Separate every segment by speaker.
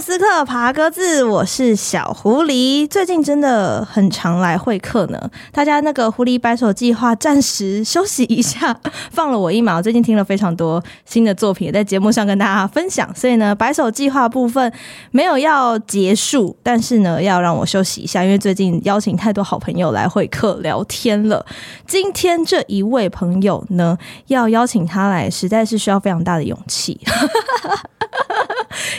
Speaker 1: 斯克爬格子，我是小狐狸。最近真的很常来会客呢。大家那个狐狸白手计划暂时休息一下，放了我一马。我最近听了非常多新的作品，也在节目上跟大家分享。所以呢，白手计划部分没有要结束，但是呢，要让我休息一下，因为最近邀请太多好朋友来会客聊天了。今天这一位朋友呢，要邀请他来，实在是需要非常大的勇气。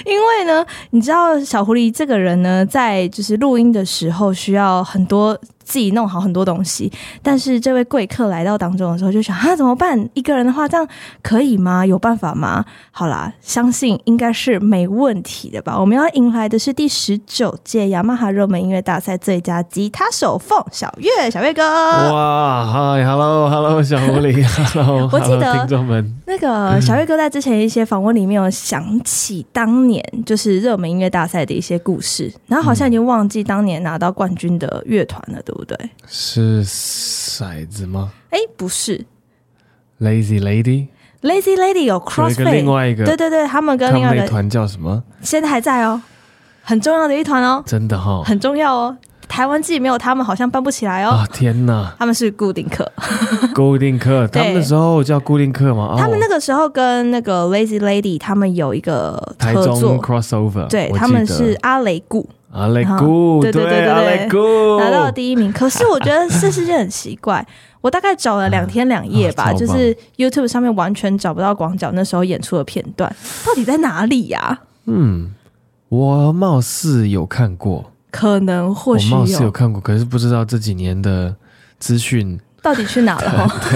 Speaker 1: 因为呢，你知道小狐狸这个人呢，在就是录音的时候需要很多自己弄好很多东西，但是这位贵客来到当中的时候就想啊，怎么办？一个人的话这样可以吗？有办法吗？好啦，相信应该是没问题的吧。我们要迎来的是第十九届雅马哈热门音乐大赛最佳吉他手凤小月，小月哥。
Speaker 2: 哇，嗨，hello，hello，小狐狸 ，hello，
Speaker 1: 我记得
Speaker 2: hello，听众们，
Speaker 1: 那
Speaker 2: 嗯
Speaker 1: 个小月哥在之前一些访问里面有想起当年就是热门音乐大赛的一些故事，然后好像已经忘记当年拿到冠军的乐团了，对不对？
Speaker 2: 嗯是骰子吗
Speaker 1: 哎，不是
Speaker 2: ？Lazy Lady，
Speaker 1: ，Lazy Lady 有
Speaker 2: 有一个
Speaker 1: CrossFit，
Speaker 2: 另外一个，
Speaker 1: 对对对，他们跟
Speaker 2: 他
Speaker 1: 另
Speaker 2: 们
Speaker 1: 外一
Speaker 2: 那
Speaker 1: 个
Speaker 2: 团叫什么？
Speaker 1: 现在还在哦，很重要的一团哦，
Speaker 2: 真的哈、
Speaker 1: 很重要哦。台湾自己没有他们好像办不起来哦，！
Speaker 2: 啊，天哪
Speaker 1: 他们是固定客。
Speaker 2: 固定课，他
Speaker 1: 对
Speaker 2: 们那时候叫固定课吗？哦、
Speaker 1: 他们那个时候跟那个 Lazy Lady 他们有一个
Speaker 2: 台
Speaker 1: 合
Speaker 2: 中
Speaker 1: 作，
Speaker 2: crossover，
Speaker 1: 对
Speaker 2: 我记得
Speaker 1: 他们是阿雷固。
Speaker 2: 阿雷
Speaker 1: 啊
Speaker 2: 姑，
Speaker 1: 对对对对
Speaker 2: 阿
Speaker 1: 对
Speaker 2: 雷姑
Speaker 1: 拿到第一名。可是我觉得这是件很奇 怪，我大概找了两天两夜吧，
Speaker 2: 啊
Speaker 1: 就
Speaker 2: 超棒
Speaker 1: 是 YouTube 上面完全找不到广角那时候演出的片段，到底在哪里呀、
Speaker 2: 嗯，我貌似有看过，
Speaker 1: 可能或
Speaker 2: 我
Speaker 1: 许
Speaker 2: 貌似有
Speaker 1: 有，
Speaker 2: 看过，可是不知道这几年的资讯
Speaker 1: 到底去哪了 哈？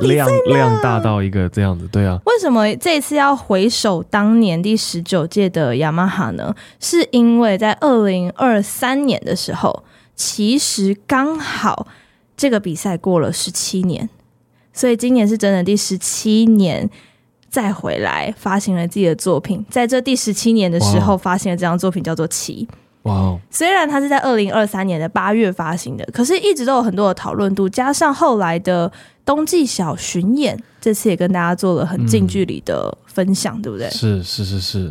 Speaker 2: 对，量量大到一个这样子，对啊，
Speaker 1: 为什么这一次要回首当年第十九届的雅马哈呢？是因为在二零二三年的时候，其实刚好这个比赛过了十七年，所以今年是真的第十七年再回来发行了自己的作品。在这第十七年的时候，
Speaker 2: 哇
Speaker 1: 发行了这张作品叫做《奇》。
Speaker 2: 哇哦，
Speaker 1: 虽然它是在二零二三年的八月发行的，可是一直都有很多的讨论度，加上后来的冬季小巡演，这次也跟大家做了很近距离的分享，对不对？
Speaker 2: 是是是是，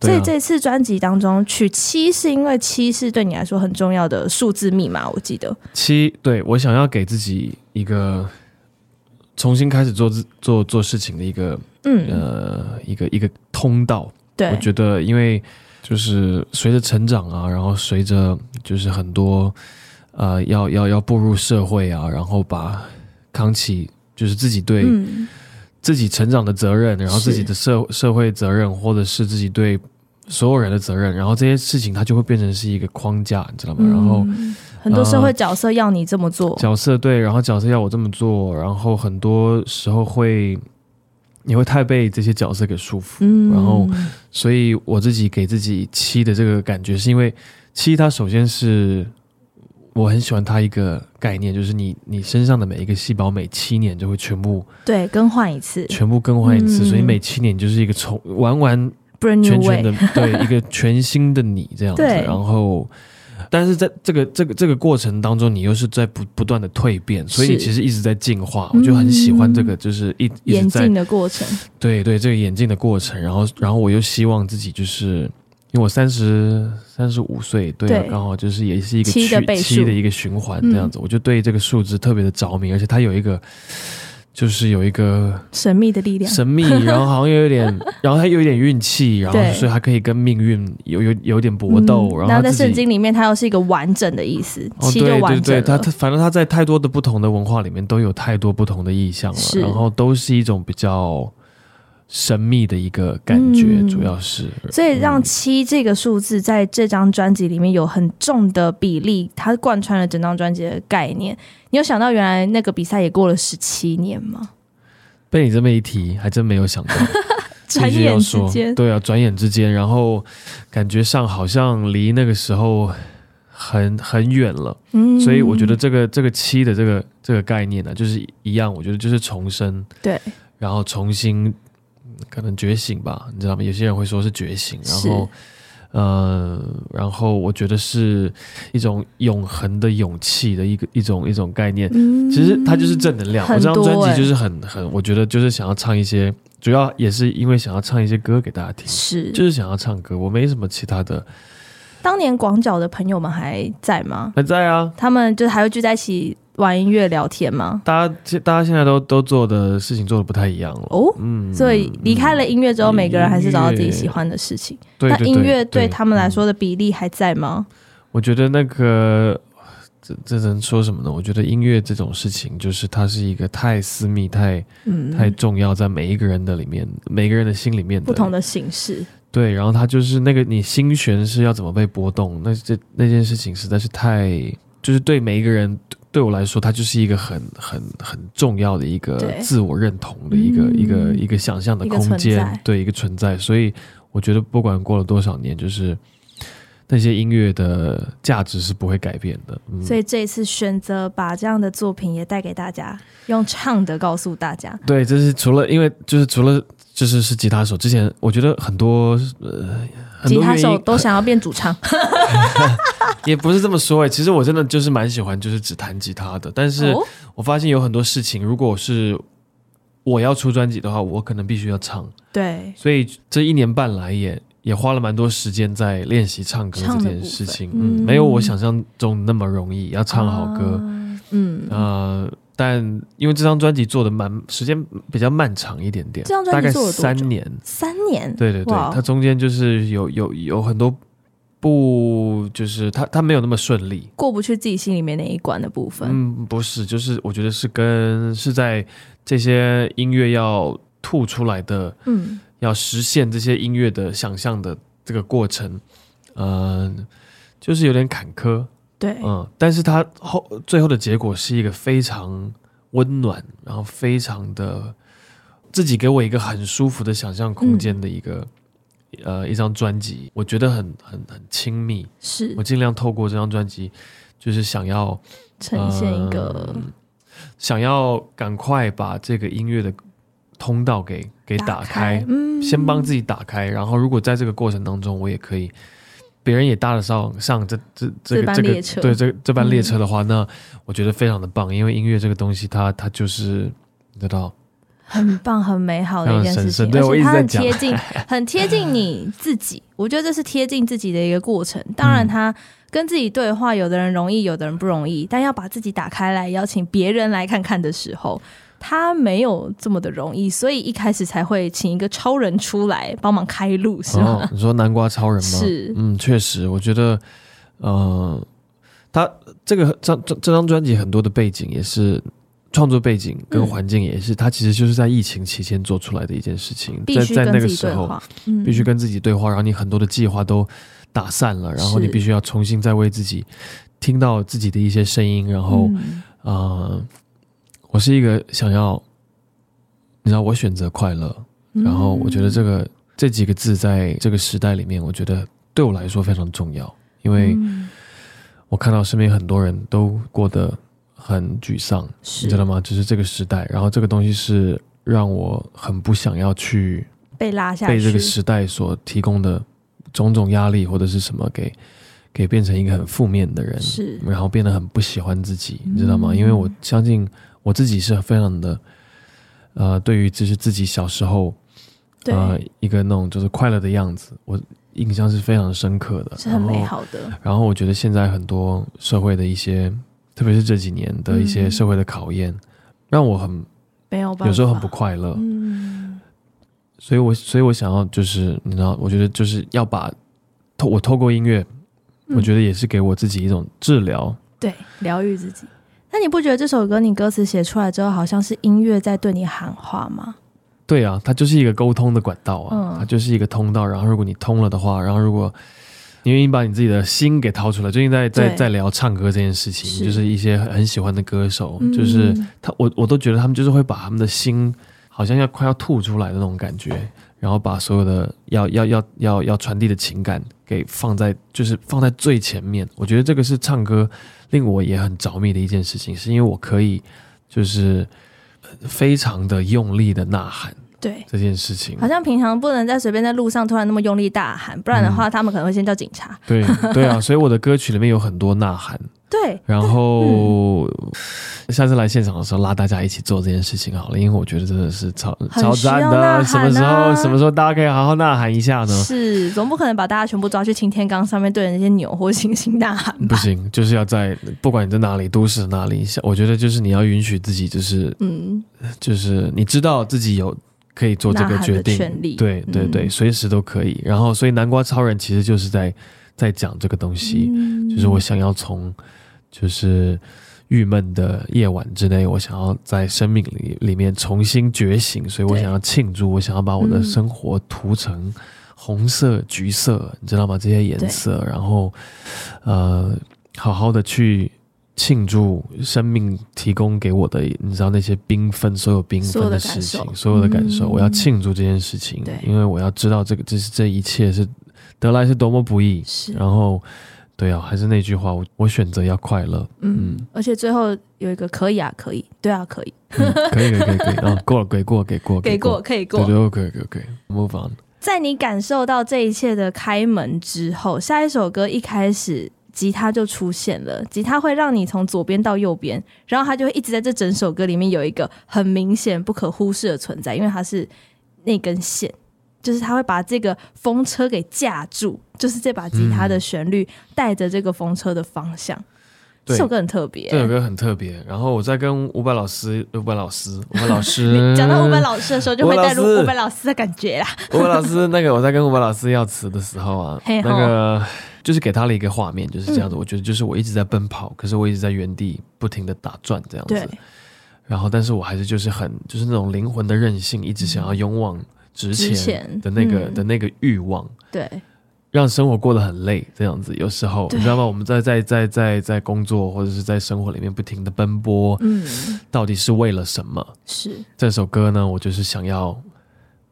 Speaker 1: 所
Speaker 2: 嗯对
Speaker 1: 以
Speaker 2: 啊，
Speaker 1: 这次专辑当中取七，是因为七是对你来说很重要的数字密码，我记得。
Speaker 2: 七，对我想要给自己一个重新开始做自做做事情的一个
Speaker 1: 嗯，
Speaker 2: 呃一个一个通道，我
Speaker 1: 对，
Speaker 2: 觉得因为就是随着成长啊，然后随着就是很多呃要要要步入社会啊，然后把扛起就是自己对、
Speaker 1: 嗯，
Speaker 2: 自己成长的责任，然后
Speaker 1: 是
Speaker 2: 自己的社社会责任，或者是自己对所有人的责任，然后这些事情它就会变成是一个框架，你知道吗？呃然后
Speaker 1: 嗯很多社会角色要你这么做，
Speaker 2: 角色对，然后角色要我这么做，然后很多时候会你会太被这些角色给束缚，
Speaker 1: 嗯，
Speaker 2: 然后所以我自己给自己七的这个感觉，是因为七它首先是。我很喜欢它一个概念，就是你你身上的每一个细胞每七年就会全部
Speaker 1: 对更换一次
Speaker 2: 全部更换一
Speaker 1: 嗯
Speaker 2: 次，所以每七年就是一个重完完
Speaker 1: ，brand
Speaker 2: 全
Speaker 1: new
Speaker 2: 全
Speaker 1: way，
Speaker 2: 的对 一个全新的你这样子，
Speaker 1: 对
Speaker 2: 然后。但是在这个这个这个过程当中，你又是在不不断的蜕变，所以你
Speaker 1: 是嗯
Speaker 2: 其实一直在进化。我就很喜欢这个，就是一一直
Speaker 1: 演
Speaker 2: 在
Speaker 1: 进的过程，
Speaker 2: 对对这个演进的过程。然后然后我又希望自己就是，因为我三十三十五岁，对啊
Speaker 1: 对，
Speaker 2: 刚好就是也是一个
Speaker 1: 七的倍数嗯
Speaker 2: 七的一个循环这样子。我就对这个数字特别的着迷，而且它有一个就是有一个
Speaker 1: 神秘的力量，
Speaker 2: 神秘，然后好像又 有点，然后他又有点运气，然
Speaker 1: 对
Speaker 2: 后所以他可以跟命运有有有点搏斗，
Speaker 1: 嗯
Speaker 2: 然后
Speaker 1: 然
Speaker 2: 他
Speaker 1: 后在
Speaker 2: 自己
Speaker 1: 圣经里面，它又是一个完整的意思，
Speaker 2: 哦，
Speaker 1: 七就
Speaker 2: 对对
Speaker 1: 完整
Speaker 2: 对，
Speaker 1: 了。
Speaker 2: 他他反正他在太多的不同的文化里面都有太多不同的意象了
Speaker 1: 是，
Speaker 2: 然后都是一种比较神秘的一个感觉，
Speaker 1: 嗯
Speaker 2: 主要是
Speaker 1: 所以让七这个数字在这张专辑里面有很重的比例，它贯穿了整张专辑的概念。你有想到原来那个比赛也过了十七年吗？
Speaker 2: 被你这么一提，还真没有想到，
Speaker 1: 转
Speaker 2: 必须要
Speaker 1: 眼之
Speaker 2: 说
Speaker 1: 间，
Speaker 2: 对啊，转眼之间，然后感觉上好像离那个时候很很远了。
Speaker 1: 嗯
Speaker 2: 所以我觉得这个这个七的这个这个概念呢、就是一样，我觉得就是重生，
Speaker 1: 对，
Speaker 2: 然后重新嗯可能觉醒吧，你知道吗？有些人会说是觉醒，然后呃，然后我觉得是一种永恒的勇气的一个一种一种概念。
Speaker 1: 嗯
Speaker 2: 其实它就是正能量，
Speaker 1: 很
Speaker 2: 我这
Speaker 1: 多
Speaker 2: 张专
Speaker 1: 欸
Speaker 2: 辑就是很很，我觉得就是想要唱一些主要也是因为想要唱一些歌给大家听，
Speaker 1: 是，
Speaker 2: 就是想要唱歌，我没什么其他的。
Speaker 1: 当年广角的朋友们还在吗？
Speaker 2: 还在啊，
Speaker 1: 他们就还会聚在一起玩音乐聊天吗？
Speaker 2: 大家现大家现在都都做的事情做的不太一样了。
Speaker 1: 哦，
Speaker 2: 嗯，
Speaker 1: 所以离开了音乐之后，
Speaker 2: 嗯
Speaker 1: 每个人还是找到自己喜欢的事情。
Speaker 2: 对
Speaker 1: 那
Speaker 2: 对
Speaker 1: 音乐对
Speaker 2: 对嗯
Speaker 1: 他们来说的比例还在吗？
Speaker 2: 我觉得那个这这能说什么呢？我觉得音乐这种事情，就是它是一个太私密、太
Speaker 1: 嗯，
Speaker 2: 太重要，在每一个人的里面，每个人的心里面的
Speaker 1: 不同的形式。
Speaker 2: 对。然后它就是那个你心弦是要怎么被波动，那这那件事情实在是太，就是对每一个人。对我来说，它就是一个很很很重要的一个
Speaker 1: 对
Speaker 2: 自我认同的一个、
Speaker 1: 嗯
Speaker 2: 一个一个想象的
Speaker 1: 一个
Speaker 2: 空
Speaker 1: 存
Speaker 2: 间
Speaker 1: 在，
Speaker 2: 对一个存在。所以我觉得，不管过了多少年，就是那些音乐的价值是不会改变的。嗯、
Speaker 1: 所以这一次选择把这样的作品也带给大家，用唱的告诉大家。
Speaker 2: 对，这是除了因为就是除了就是是吉他手之前，我觉得很多呃很
Speaker 1: 吉
Speaker 2: 多
Speaker 1: 他
Speaker 2: 乐
Speaker 1: 手
Speaker 2: 音
Speaker 1: 都想要变主唱，
Speaker 2: 也不是这么说哎、其实我真的就是蛮喜欢就是只弹吉他的，但 是
Speaker 1: 哦
Speaker 2: 我发现有很多事情，如果是我要出专辑的话，我可能必须要唱，
Speaker 1: 对，
Speaker 2: 所以这一年半来也。也花了蛮多时间在练习唱歌这
Speaker 1: 唱的
Speaker 2: 件
Speaker 1: 部
Speaker 2: 事
Speaker 1: 分
Speaker 2: 情，嗯，
Speaker 1: 嗯
Speaker 2: 没有我想象中那么容易，要唱好歌，
Speaker 1: 啊，嗯，
Speaker 2: 呃，但因为这张专辑做的蛮时间比较漫长一点点，
Speaker 1: 这张
Speaker 2: 大
Speaker 1: 专辑
Speaker 2: 概
Speaker 1: 做了多久
Speaker 2: 三年，
Speaker 1: 三年，
Speaker 2: 对对对，
Speaker 1: 哇哦
Speaker 2: 它中间就是有有有很多不，就是它它没有那么顺利。
Speaker 1: 过不去自己心里面那一关的部分。
Speaker 2: 嗯，不是，就是我觉得是跟是在这些音乐要吐出来的，
Speaker 1: 嗯，
Speaker 2: 要实现这些音乐的想象的这个过程，嗯、就是有点坎坷，
Speaker 1: 对，
Speaker 2: 嗯，但是它后最后的结果是一个非常温暖，然后非常的自己给我一个很舒服的想象空
Speaker 1: 嗯
Speaker 2: 间的一个、呃一张专辑，我觉得很很很亲密。
Speaker 1: 是
Speaker 2: 我尽量透过这张专辑，就是想要
Speaker 1: 呈现一个
Speaker 2: 嗯想要赶快把这个音乐的通道给给打开，
Speaker 1: 嗯，
Speaker 2: 先帮自己打开，然后如果在这个过程当中，我也可以，别人也搭得上上这这这
Speaker 1: 这
Speaker 2: 个
Speaker 1: 班
Speaker 2: 这个
Speaker 1: 列车
Speaker 2: 对这这班
Speaker 1: 嗯
Speaker 2: 列车的话，那我觉得非常的棒，因为音乐这个东西它，它就是你知道，
Speaker 1: 很棒、很美好的一件事情，
Speaker 2: 嗯非常神圣对我
Speaker 1: 而
Speaker 2: 一
Speaker 1: 且
Speaker 2: 直
Speaker 1: 它
Speaker 2: 在
Speaker 1: 很
Speaker 2: 讲
Speaker 1: 贴 近，很贴近你自己。我觉得这是贴近自己的一个过程。当然，他跟自己对话，有的人容易，有的人不容易。但要把自己打开来，邀请别人来看看的时候，他没有这么的容易，所以一开始才会请一个超人出来帮忙开路，是吗？
Speaker 2: 哦，你说南瓜超人吗？
Speaker 1: 是
Speaker 2: 嗯，确实，我觉得，呃，他这个这这这张专辑很多的背景也是。创作背景跟
Speaker 1: 嗯
Speaker 2: 环境也是，它其实就是在疫情期间做出来的一件事情，
Speaker 1: 必
Speaker 2: 在
Speaker 1: 须
Speaker 2: 在
Speaker 1: 跟
Speaker 2: 那
Speaker 1: 自
Speaker 2: 个
Speaker 1: 己
Speaker 2: 时
Speaker 1: 对
Speaker 2: 候，
Speaker 1: 话，嗯，
Speaker 2: 必须跟自己对话，然后你很多的计划都打散了，然后你
Speaker 1: 是
Speaker 2: 必须要重新再为自己听到自己的一些声音，然后、
Speaker 1: 嗯
Speaker 2: 呃，我是一个想要，你知道，我选择快乐，
Speaker 1: 嗯
Speaker 2: 然后我觉得这个、这几个字在这个时代里面，我觉得对我来说非常重要，因为
Speaker 1: 嗯
Speaker 2: 我看到身边很多人都过得很沮丧，
Speaker 1: 是
Speaker 2: 你知道吗？就是这个时代，然后这个东西是让我很不想要去
Speaker 1: 被拉下
Speaker 2: 被
Speaker 1: 去，
Speaker 2: 这个时代所提供的种种压力或者是什么给给变成一个很负面的人，
Speaker 1: 是
Speaker 2: 然后变得很不喜欢自己，
Speaker 1: 嗯
Speaker 2: 你知道吗？因为我相信我自己是非常的，呃，对于就是自己小时候
Speaker 1: 对，
Speaker 2: 呃一个那种就是快乐的样子，我印象是非常深刻的，
Speaker 1: 是很美
Speaker 2: 然后。
Speaker 1: 好的，
Speaker 2: 然后我觉得现在很多社会的一些，特别是这几年的一些
Speaker 1: 嗯
Speaker 2: 社会的考验，让我很
Speaker 1: 没有办法，
Speaker 2: 有时候很不快乐。
Speaker 1: 嗯，
Speaker 2: 所以我所以我想要就是你知道，我觉得就是要把透我透过音乐，
Speaker 1: 嗯
Speaker 2: 我觉得也是给我自己一种治疗。
Speaker 1: 对，疗愈自己。那你不觉得这首歌你歌词写出来之后，好像是音乐在对你喊话吗？
Speaker 2: 对啊，它就是一个沟通的管道啊，
Speaker 1: 嗯
Speaker 2: 它就是一个通道。然后如果你通了的话，然后如果你愿意把你自己的心给掏出来，最近在在
Speaker 1: 对
Speaker 2: 在聊唱歌这件事情，
Speaker 1: 是
Speaker 2: 就是一些很喜欢的歌手，哦就是
Speaker 1: 嗯
Speaker 2: 他我我都觉得他们就是会把他们的心好像要快要吐出来的那种感觉，然后把所有的要要要要要传递的情感给放在就是放在最前面。我觉得这个是唱歌令我也很着迷的一件事情，是因为我可以就是呃非常的用力的呐喊
Speaker 1: 对，
Speaker 2: 这件事情
Speaker 1: 好。像平常不能在随便在路上突然那么
Speaker 2: 嗯
Speaker 1: 用力大喊，不然的话他们可能会先叫警察。
Speaker 2: 对对啊，所以我的歌曲里面有很多呐喊，
Speaker 1: 对，
Speaker 2: 然后、
Speaker 1: 嗯
Speaker 2: 下次来现场的时候拉大家一起做这件事情好了，因为我觉得真的是超
Speaker 1: 很
Speaker 2: 超赞
Speaker 1: 需要呐
Speaker 2: 的。什么时
Speaker 1: 喊
Speaker 2: 候
Speaker 1: 啊
Speaker 2: 什么时候大家可以好好呐喊一下呢？
Speaker 1: 是总不可能把大家全部抓去擎天岗上面对着那些牛或猩猩大喊
Speaker 2: 不
Speaker 1: 吧？
Speaker 2: 行，就是要在不管你在哪里，都市哪里，像我觉得就是你要允许自己，就是
Speaker 1: 嗯，
Speaker 2: 就是你知道自己有可以做这个决定
Speaker 1: 呐喊的权利
Speaker 2: 对对对，
Speaker 1: 嗯
Speaker 2: 随时都可以。然后，所以南瓜超人其实就是在在讲这个东西，
Speaker 1: 嗯
Speaker 2: 就是我想要从就是郁闷的夜晚之内，我想要在生命里里面重新觉醒，所以我
Speaker 1: 对
Speaker 2: 想要庆祝，我想要把我的
Speaker 1: 嗯
Speaker 2: 生活涂成红色、橘色，你知道吗？这些颜色，然后呃，好好的去。庆祝生命提供给我的，你知道那些缤纷，所有缤
Speaker 1: 所有
Speaker 2: 纷
Speaker 1: 的
Speaker 2: 事
Speaker 1: 感
Speaker 2: 情，
Speaker 1: 受
Speaker 2: 所有的感受，
Speaker 1: 嗯
Speaker 2: 我要庆祝这件事情
Speaker 1: 对，
Speaker 2: 因为我要知道这个，这是这一切是得来是多么不易，
Speaker 1: 是
Speaker 2: 然后，对啊，还是那句话，我我选择要快乐。
Speaker 1: 嗯
Speaker 2: 嗯，
Speaker 1: 而且最后有一个可以啊，可以，对啊，可以，
Speaker 2: 嗯，可以，可以，可以，可以啊，过了，给过，给过，
Speaker 1: 给过，，可以
Speaker 2: 对
Speaker 1: 过。
Speaker 2: 对，可以，可以，可以，move on。
Speaker 1: 在你感受到这一切的开门之后，下一首歌一开始吉他就出现了，吉他会让你从左边到右边，然后它就会一直在这整首歌里面有一个很明显不可忽视的存在，因为它是那根线，就是它会把这个风车给架住，就是这把吉他的旋律带着这个风车的方向。这
Speaker 2: 嗯对嗯
Speaker 1: 首歌很特别、
Speaker 2: 这首歌很特别，然后我在跟伍佰老师，伍佰老师，伍佰老师，
Speaker 1: 讲到伍佰老师的时候，就会带入
Speaker 2: 伍佰老师
Speaker 1: 伍佰老师的感觉啦。
Speaker 2: 伍佰老师，那个我在跟伍佰老师要词的时候啊，
Speaker 1: 嘿
Speaker 2: 那
Speaker 1: 吼
Speaker 2: 个就是给他了一个画面，就是这样子。我觉得就是我一直在奔跑，可是我一直在原地不停的打转这样子
Speaker 1: 对。
Speaker 2: 然后，但是我还是就是很就是那种灵魂的韧性，一直想要勇往直
Speaker 1: 直
Speaker 2: 前
Speaker 1: 前
Speaker 2: 的那个
Speaker 1: 嗯
Speaker 2: 的那个欲望。
Speaker 1: 对，
Speaker 2: 让生活过得很累，这样子有时候
Speaker 1: 对
Speaker 2: 你知道吗？我们在在在在在工作或者是在生活里面不停的奔波，
Speaker 1: 嗯，
Speaker 2: 到底是为了什么？
Speaker 1: 是。
Speaker 2: 这首歌呢，我就是想要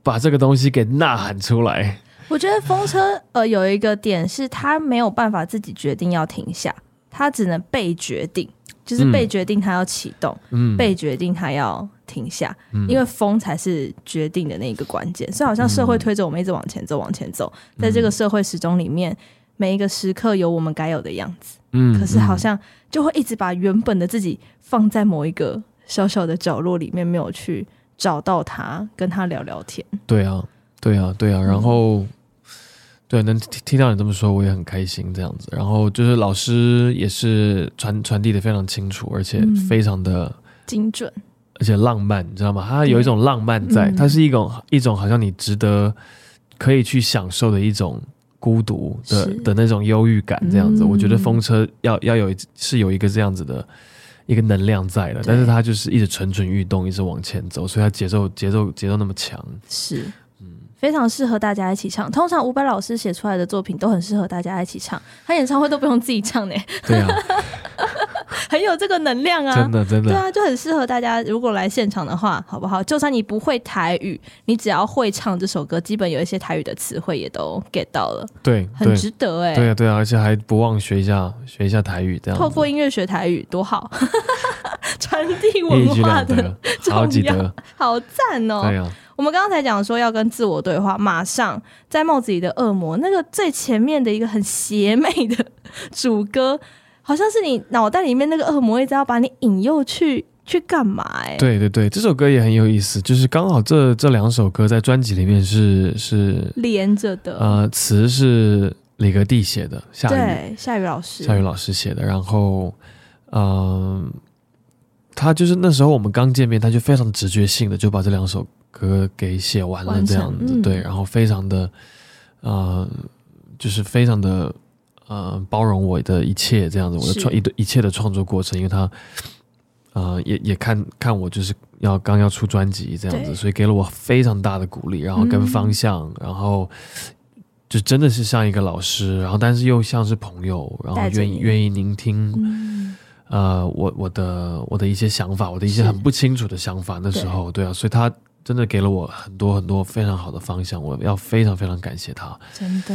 Speaker 2: 把这个东西给呐喊出来。
Speaker 1: 我觉得风车呃有一个点是，他没有办法自己决定要停下，他只能被决定，就是被决定他要启动，
Speaker 2: 嗯，
Speaker 1: 被决定他要停下，
Speaker 2: 嗯
Speaker 1: 因为风才是决定的那个关键。所以好像社会推着我们一直往前走，往前走，
Speaker 2: 嗯
Speaker 1: 在这个社会时钟里面。每一个时刻有我们该有的样子，
Speaker 2: 嗯
Speaker 1: 可是好
Speaker 2: 嗯
Speaker 1: 像就会一直把原本的自己放在某一个小小的角落里面，没有去找到他，跟他聊聊天。
Speaker 2: 对啊，对啊，对啊。
Speaker 1: 嗯
Speaker 2: 然后，对，啊能听听到你这么说，我也很开心。这样子，然后就是老师也是传传递的非常清楚，而且
Speaker 1: 嗯
Speaker 2: 非常的、
Speaker 1: 精准，
Speaker 2: 而且浪漫，你知道吗？它有一种浪漫在，
Speaker 1: 嗯
Speaker 2: 它是一种一种好像你值得可以去享受的一种孤独的
Speaker 1: 是
Speaker 2: 的那种忧郁感，这样子。
Speaker 1: 嗯
Speaker 2: 我觉得风车要要有一是有一个这样子的一个能量在的，
Speaker 1: 对
Speaker 2: 但是它就是一直蠢蠢欲动，一直往前走，所以它节奏节奏节奏那么强。
Speaker 1: 是，
Speaker 2: 嗯
Speaker 1: 非常适合大家一起唱。通常伍佰老师写出来的作品都很适合大家一起唱，他演唱会都不用自己唱呢，
Speaker 2: 对啊，
Speaker 1: 很有这个能量啊
Speaker 2: 真。的真
Speaker 1: 对
Speaker 2: 的，
Speaker 1: 啊，就很适合大家。如果来现场的话，好不好？就算你不会台语，你只要会唱这首歌，基本有一些台语的词汇也都 get 到了，
Speaker 2: 对
Speaker 1: 很
Speaker 2: 对
Speaker 1: 值得哎、
Speaker 2: 对啊对啊，而且还不忘学一下学一下台语，这样
Speaker 1: 透
Speaker 2: 子
Speaker 1: 过音乐学台语多好， 传递文
Speaker 2: 一举
Speaker 1: 化
Speaker 2: 两
Speaker 1: 的
Speaker 2: 得，好几
Speaker 1: 重要
Speaker 2: 得，
Speaker 1: 好赞哦、
Speaker 2: 对啊，
Speaker 1: 我们刚才讲说要跟自我对话，马上在帽子里的恶魔那个最前面的一个很邪魅的主歌，好像是你脑袋里面那个恶魔一直要把你引诱去去干嘛、欸？哎，
Speaker 2: 对对对，这首歌也很有意思，就是刚好这这两首歌在专辑里面是是
Speaker 1: 连着的，
Speaker 2: 呃词是李格弟写的，夏雨
Speaker 1: 对，夏雨老师，
Speaker 2: 夏雨老师写的，然后嗯、呃他就是那时候我们刚见面，他就非常直觉性的就把这两首歌给写完了
Speaker 1: 完
Speaker 2: 这
Speaker 1: 成
Speaker 2: 样子，
Speaker 1: 嗯
Speaker 2: 对，然后非常的呃就是非常的呃包容我的一切这样子，我的
Speaker 1: 是
Speaker 2: 创一一切的创作过程，因为他呃也也看看我就是要刚要出专辑这样子，
Speaker 1: 对
Speaker 2: 所以给了我非常大的鼓励，然后跟
Speaker 1: 嗯
Speaker 2: 方向，然后就真的是像一个老师，然后但是又像是朋友，然后
Speaker 1: 带着
Speaker 2: 愿意
Speaker 1: 你
Speaker 2: 愿意聆听、
Speaker 1: 嗯，
Speaker 2: 呃我我的我的一些想法，我的一些
Speaker 1: 是
Speaker 2: 很不清楚的想法，那时候对啊，所以他。真的给了我很多很多非常好的方向，我要非常非常感谢他。
Speaker 1: 真的。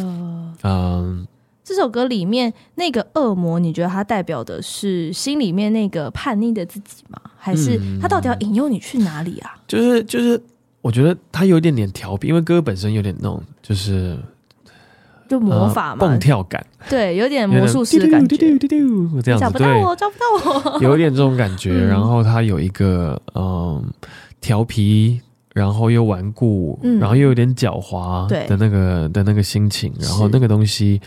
Speaker 2: 嗯，
Speaker 1: 这首歌里面那个恶魔，你觉得它代表的是心里面那个叛逆的自己吗？还是
Speaker 2: 嗯
Speaker 1: 它到底要引诱你去哪里啊？
Speaker 2: 就是就是，我觉得他有一点点调皮，因为歌本身有点那种就是
Speaker 1: 就魔法
Speaker 2: 呃
Speaker 1: 嘛，
Speaker 2: 蹦跳感，
Speaker 1: 对，有点
Speaker 2: 有
Speaker 1: 魔
Speaker 2: 点
Speaker 1: 术师的感
Speaker 2: 丢
Speaker 1: 觉
Speaker 2: 丢，丢丢丢丢这样
Speaker 1: 找
Speaker 2: 子，
Speaker 1: 不到
Speaker 2: 对，
Speaker 1: 我，找不到 我，
Speaker 2: 有一点这种感觉。
Speaker 1: 嗯
Speaker 2: 然后它有一个嗯调皮，然后又顽固，
Speaker 1: 嗯
Speaker 2: 然后又有点狡猾
Speaker 1: 对
Speaker 2: 的那个的那个心情。然后
Speaker 1: 是
Speaker 2: 那个东西，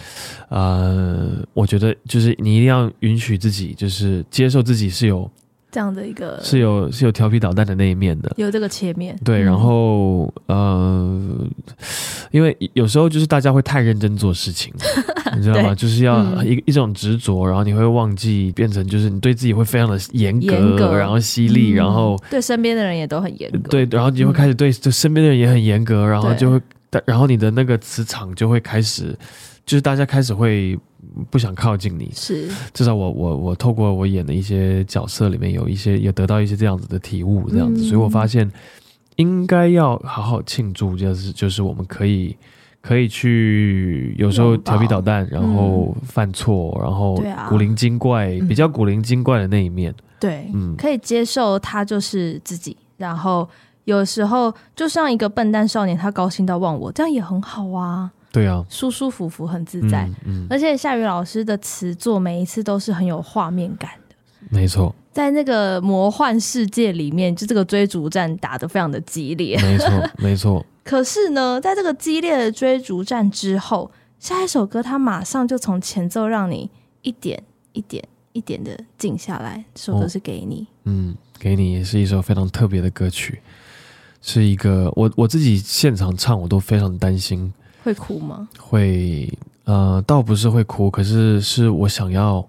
Speaker 2: 呃，我觉得就是你一定要允许自己，就是接受自己是有
Speaker 1: 这样的一个
Speaker 2: 是有是有调皮捣蛋的那一面的。
Speaker 1: 有这个切面，
Speaker 2: 对，
Speaker 1: 嗯
Speaker 2: 然后呃，因为有时候就是大家会太认真做事情，你知道吗？
Speaker 1: 对
Speaker 2: 就是要
Speaker 1: 嗯
Speaker 2: 一、一种执着，然后你会忘记变成就是你对自己会非常的严格，
Speaker 1: 严格
Speaker 2: 然后犀利，
Speaker 1: 嗯
Speaker 2: 然后
Speaker 1: 对身边的人也都很严格，
Speaker 2: 对，然后你会开始对就身边的人也很严格，然后
Speaker 1: 对
Speaker 2: 就会，但然后你的那个磁场就会开始，就是大家开始会不想靠近你。
Speaker 1: 是，
Speaker 2: 至少我我我透过我演的一些角色里面有一些有得到一些这样子的体悟，这样子，
Speaker 1: 嗯
Speaker 2: 所以我发现应该要好好庆祝，就是就是我们可以可以去有时候
Speaker 1: 拥抱
Speaker 2: 调皮捣蛋，然后犯错，然后
Speaker 1: 对啊
Speaker 2: 古灵精怪，
Speaker 1: 嗯
Speaker 2: 比较古灵精怪的那一面，
Speaker 1: 对，
Speaker 2: 嗯，
Speaker 1: 可以接受他就是自己，然后有时候就像一个笨蛋少年，他高兴到忘我，这样也很好啊，
Speaker 2: 对啊，
Speaker 1: 舒舒服服，很自
Speaker 2: 嗯
Speaker 1: 在。
Speaker 2: 嗯，
Speaker 1: 而且夏雨老师的词作每一次都是很有画面感的，
Speaker 2: 没错，
Speaker 1: 在那个魔幻世界里面，就这个追逐战打得非常的激烈。
Speaker 2: 没错，没错，
Speaker 1: 可是呢，在这个激烈的追逐战之后，下一首歌它马上就从前奏让你一点一点一点的静下来，这首歌
Speaker 2: 哦
Speaker 1: 是给你。
Speaker 2: 嗯，给你也是一首非常特别的歌曲，是一个我我自己现场唱，我都非常担心。
Speaker 1: 会哭吗？
Speaker 2: 会呃，倒不是会哭，可是是我想要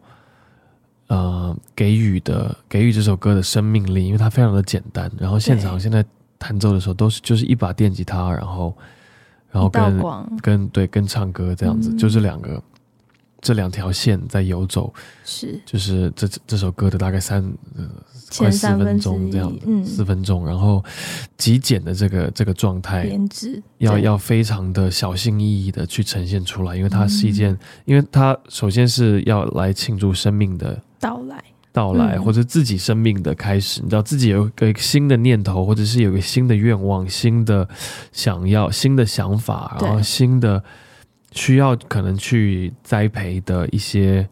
Speaker 2: 呃给予的给予这首歌的生命力，因为它非常的简单。然后现场
Speaker 1: 对
Speaker 2: 现在弹奏的时候都是就是一把电吉他，然后然后
Speaker 1: 一道
Speaker 2: 跟
Speaker 1: 光
Speaker 2: 跟对跟唱歌这样子，
Speaker 1: 嗯
Speaker 2: 就这两个这两条线在游走，
Speaker 1: 是
Speaker 2: 就是这这首歌的大概三快
Speaker 1: 前
Speaker 2: 四
Speaker 1: 三
Speaker 2: 分
Speaker 1: 分之
Speaker 2: 钟这样
Speaker 1: 一，
Speaker 2: 子，
Speaker 1: 嗯，
Speaker 2: 四分钟，然后极简的这个这个状态，
Speaker 1: 编制
Speaker 2: 要
Speaker 1: 对
Speaker 2: 要非常的小心翼翼的去呈现出来，因为它是一
Speaker 1: 嗯
Speaker 2: 件，因为它首先是要来庆祝生命的
Speaker 1: 到来，
Speaker 2: 到来，
Speaker 1: 嗯
Speaker 2: 或者自己生命的开始。你知道自己有一个新的念头，或者是有一个新的愿望、新的想要、新的想法，
Speaker 1: 对
Speaker 2: 然后新的需要可能去栽培的一些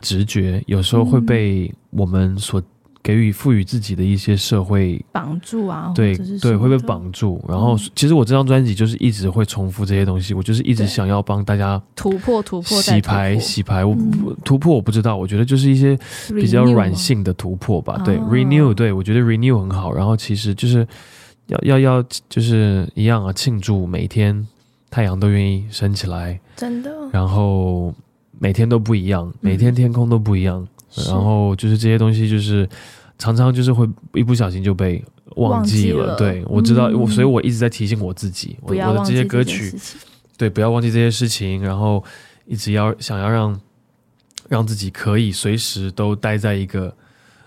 Speaker 2: 直觉，有时候会
Speaker 1: 嗯
Speaker 2: 被我们所给予赋予自己的一些社会
Speaker 1: 绑住啊，
Speaker 2: 对
Speaker 1: 或者是什
Speaker 2: 对，
Speaker 1: 么
Speaker 2: 会被
Speaker 1: 的
Speaker 2: 绑住。然后
Speaker 1: 嗯，
Speaker 2: 其实我这张专辑就是一直会重复这些东西，我就是一直
Speaker 1: 对
Speaker 2: 想要帮大家
Speaker 1: 突破突破再
Speaker 2: 洗
Speaker 1: 突破
Speaker 2: 牌、洗牌。我
Speaker 1: 嗯
Speaker 2: 突破我不知道，我觉得就是一些比较
Speaker 1: renew 啊吗
Speaker 2: 软性的突破吧。对
Speaker 1: 哦
Speaker 2: ，renew，对我觉得 renew 很好。然后其实就是要要要就是一样啊，庆祝每天太阳都愿意升起来，
Speaker 1: 真的，
Speaker 2: 然后每天都不一样，
Speaker 1: 嗯
Speaker 2: 每天天空都不一样。
Speaker 1: 是
Speaker 2: 然后就是这些东西，就是常常就是会一不小心就被忘记了。
Speaker 1: 忘记了
Speaker 2: 对我知道，
Speaker 1: 嗯
Speaker 2: 我所以我一直在提醒我自己，我
Speaker 1: 不要
Speaker 2: 我的
Speaker 1: 忘
Speaker 2: 这
Speaker 1: 记
Speaker 2: 些歌
Speaker 1: 件
Speaker 2: 曲
Speaker 1: 事，情，
Speaker 2: 对，不要忘记这些事情，然后一直要想要让让自己可以随时都待在一个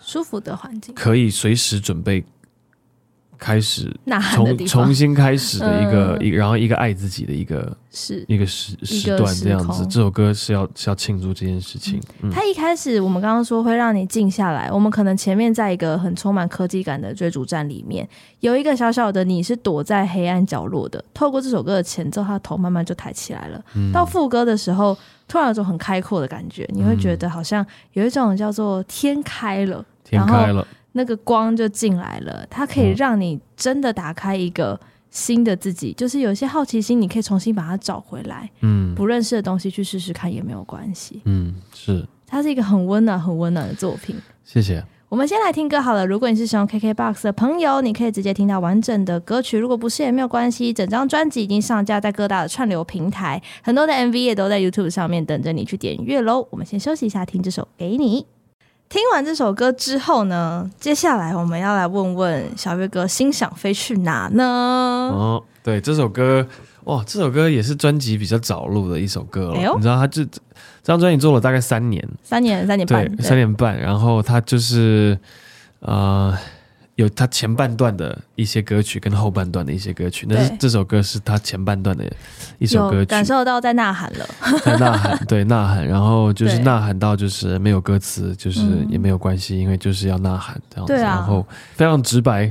Speaker 1: 舒服的环境，
Speaker 2: 可以随时准备开始
Speaker 1: 呐喊的
Speaker 2: 重
Speaker 1: 地
Speaker 2: 重
Speaker 1: 方
Speaker 2: 新开始的一个
Speaker 1: 嗯
Speaker 2: 一、然后一个爱自己的一个
Speaker 1: 是。
Speaker 2: 一个时时
Speaker 1: 个
Speaker 2: 段
Speaker 1: 时
Speaker 2: 这样子。
Speaker 1: 空
Speaker 2: 这首歌是要是要庆祝这件事情，嗯
Speaker 1: 它一开始我们刚刚说会让你静下来，我们可能前面在一个很充满科技感的追逐战里面，有一个小小的你是躲在黑暗角落的，透过这首歌的前奏，他的头慢慢就抬起来了。
Speaker 2: 嗯
Speaker 1: 到副歌的时候，突然有种很开阔的感觉，你会觉得好像有一种叫做天开了，
Speaker 2: 天
Speaker 1: 然后
Speaker 2: 开了。
Speaker 1: 那个光就进来了，它可
Speaker 2: 嗯
Speaker 1: 以让你真的打开一个新的自己，就是有一些好奇心，你可以重新把它找回来，
Speaker 2: 嗯
Speaker 1: 不认识的东西去试试看也没有关系。
Speaker 2: 嗯，是，
Speaker 1: 它是一个很温暖、很温暖的作品。
Speaker 2: 谢谢。
Speaker 1: 我们先来听歌好了。如果你是使用 KKBOX 的朋友，你可以直接听到完整的歌曲；如果不是也没有关系，整张专辑已经上架在各大的串流平台，很多的 MV 也都在 YouTube 上面等着你去点阅喽。我们先休息一下，听这首《给你》。听完这首歌之后呢，接下来我们要来问问小月哥，心想飞去哪呢？
Speaker 2: 哦，对，这首歌，哇，这首歌也是专辑比较早录的一首歌了。
Speaker 1: 哎呦
Speaker 2: 你知道，他这这张专辑做了大概三年，
Speaker 1: 三年，三年半
Speaker 2: 对，，三年半。然后他就是，呃，有他前半段的一些歌曲跟后半段的一些歌曲，那是
Speaker 1: 对
Speaker 2: 这首歌是他前半段的一
Speaker 1: 一
Speaker 2: 首歌曲
Speaker 1: 感，受到在呐喊了，
Speaker 2: 在 呐喊，对，呐喊。然后就是
Speaker 1: 对
Speaker 2: 呐喊到就是没有歌词，就是
Speaker 1: 嗯
Speaker 2: 也没有关系，因为就是要呐喊这样子。
Speaker 1: 对啊
Speaker 2: 然后非常直白，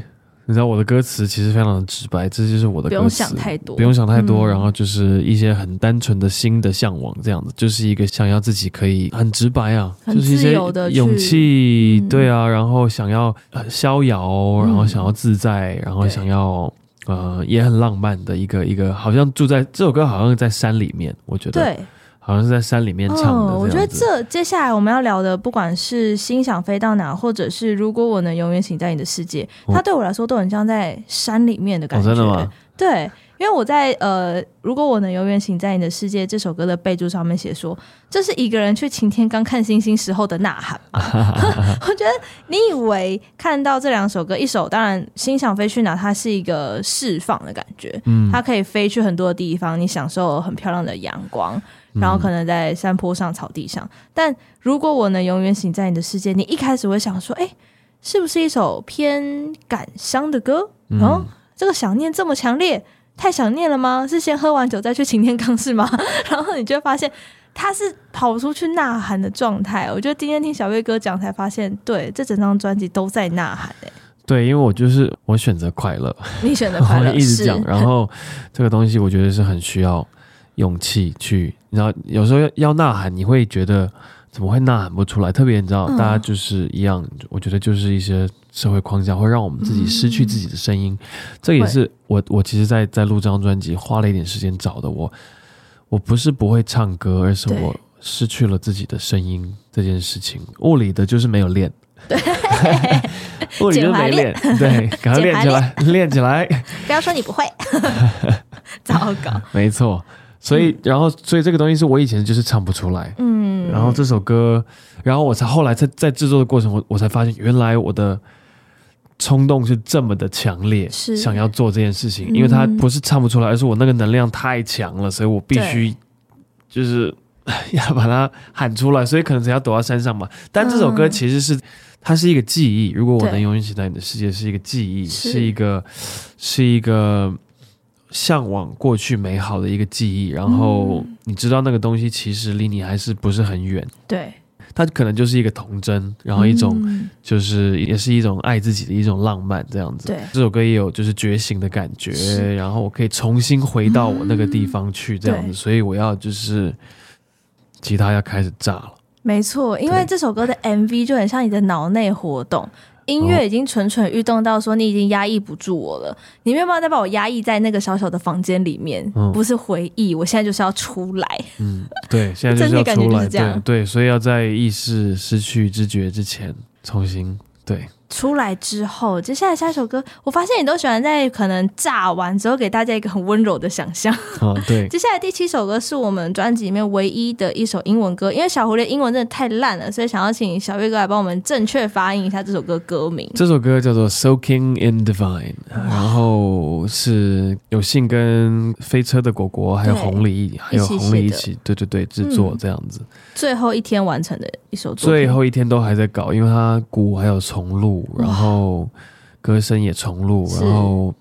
Speaker 2: 你知道我的歌词其实非常的直白，这就是我的
Speaker 1: 不
Speaker 2: 呃歌词。
Speaker 1: 用想太多，
Speaker 2: 不用想太多，
Speaker 1: 嗯
Speaker 2: 然后就是一些很单纯的心的向往，这样子，就是一个想要自己可以很直白啊，
Speaker 1: 很
Speaker 2: 就是一
Speaker 1: 自
Speaker 2: 些
Speaker 1: 由地去
Speaker 2: 勇气，
Speaker 1: 嗯
Speaker 2: 对啊，然后想要呃逍遥，然后
Speaker 1: 嗯
Speaker 2: 想要自在，然后
Speaker 1: 对
Speaker 2: 想要呃也很浪漫的一个一个，好像住在这首歌好像在山里面，我觉得
Speaker 1: 对，
Speaker 2: 好像是在山里面唱的
Speaker 1: 哦，我觉得
Speaker 2: 样子。
Speaker 1: 这接下来我们要聊的，不管是心想飞到哪，或者是如果我能永远醒在你的世界，
Speaker 2: 哦
Speaker 1: 它对我来说都很像在山里面的感
Speaker 2: 哦，
Speaker 1: 觉。
Speaker 2: 真的吗？
Speaker 1: 对，因为我在呃，如果我能永远醒在你的世界这首歌的备注上面写说，这是一个人去晴天刚看星星时候的呐喊嘛。 我觉得你以为看到这两首歌，一首当然《心想飞去哪》，它是一个释放的感觉，
Speaker 2: 嗯，
Speaker 1: 它可以飞去很多地方，你享受很漂亮的阳光，
Speaker 2: 嗯
Speaker 1: 然后可能在山坡上、草地上。但如果我能永远醒在你的世界，你一开始会想说，哎，是不是一首偏感伤的歌？
Speaker 2: 嗯
Speaker 1: 哦，这个想念这么强烈，太想念了吗？是先喝完酒再去擎天岗是吗？ 然后你就会发现。他是跑出去呐喊的状态，我觉得今天听小岳哥讲才发现，对，这整张专辑都在呐喊、欸、
Speaker 2: 对，因为我就是我选择快乐，
Speaker 1: 你选 的
Speaker 2: 然
Speaker 1: 快
Speaker 2: 后
Speaker 1: 乐
Speaker 2: 哦一直讲，
Speaker 1: 是
Speaker 2: 然后这个东西我觉得是很需要勇气去，然后有时候要要呐喊，你会觉得怎么会呐喊不出来？特别你知道，
Speaker 1: 嗯
Speaker 2: 大家就是一样，我觉得就是一些社会框架会让我们自己失
Speaker 1: 嗯
Speaker 2: 去自己的声音，这也是我我其实在，在录这张专辑花了一点时间找的我，我不是不会唱歌，而是
Speaker 1: 对
Speaker 2: 我失去了自己的声音这件事情，物理的就是没有练。 物理就是没练，对，赶快
Speaker 1: 减
Speaker 2: 练
Speaker 1: 排
Speaker 2: 起来，练起来。
Speaker 1: 不要说你不会， 糟 糕，
Speaker 2: 没错，所以、然后所以这个东西是我以前就是唱不出来，
Speaker 1: 嗯，
Speaker 2: 然后这首歌，然后我才后来在在制作的过程，我我才发现原来我的冲动是这么的强烈，
Speaker 1: 是嗯
Speaker 2: 想要做这件事情，因为它不是唱不出来，而是我那个能量太强了，所以我必须就是 要把它喊出来，所以可能才要躲到山上嘛。但这首歌
Speaker 1: 嗯
Speaker 2: 其实是。它是一个记忆，如果我
Speaker 1: 对
Speaker 2: 能永远醒在你的世界，是一个记忆，
Speaker 1: 是
Speaker 2: 是一个是一个向往过去美好的一个记忆，然后
Speaker 1: 嗯
Speaker 2: 你知道那个东西其实离你还是不是很远，
Speaker 1: 对，
Speaker 2: 它可能就是一个童真，然后一种、
Speaker 1: 嗯
Speaker 2: 就是也是一种爱自己的一种浪漫这样子。
Speaker 1: 对
Speaker 2: 这首歌也有就是觉醒的感觉，
Speaker 1: 是
Speaker 2: 然后我可以重新回到我那个地方去这样子，
Speaker 1: 对
Speaker 2: 所以我要就是吉他要开始炸了，
Speaker 1: 没错，因为
Speaker 2: 对
Speaker 1: 这首歌的 MV 就很像你的脑内活动，音乐已经蠢蠢欲动到说你已经压抑不住我了，你没有办法再把我压抑在那个小小的房间里面，
Speaker 2: 嗯
Speaker 1: 不是回忆，我现在就是要出来，
Speaker 2: 嗯， 对，现在就是
Speaker 1: 整体
Speaker 2: 要
Speaker 1: 感觉
Speaker 2: 出
Speaker 1: 就
Speaker 2: 来，
Speaker 1: 是这样
Speaker 2: 对对，所以要在意识失去知觉之前重新对。
Speaker 1: 出来之后，接下来下一首歌，我发现你都喜欢在可能炸完之后给大家一个很温柔的想 象。
Speaker 2: 啊、对，
Speaker 1: 接下来第七首歌是我们专辑里面唯一的一首英文歌，因为小狐狸英文真的太烂了，所以想要请小岳哥来帮我们正确发音一下这首歌歌名。
Speaker 2: 这首歌叫做《Soaking in Divine》，然后是有幸跟飞车的果果还有
Speaker 1: 对
Speaker 2: 红梨，还有红梨一
Speaker 1: 一起
Speaker 2: 起，对对对，制作
Speaker 1: 嗯
Speaker 2: 这样子。
Speaker 1: 最后一天完成的一首作品，
Speaker 2: 最后一天都还在搞，因为它鼓还有重录，然后歌声也重录，
Speaker 1: 是
Speaker 2: 然后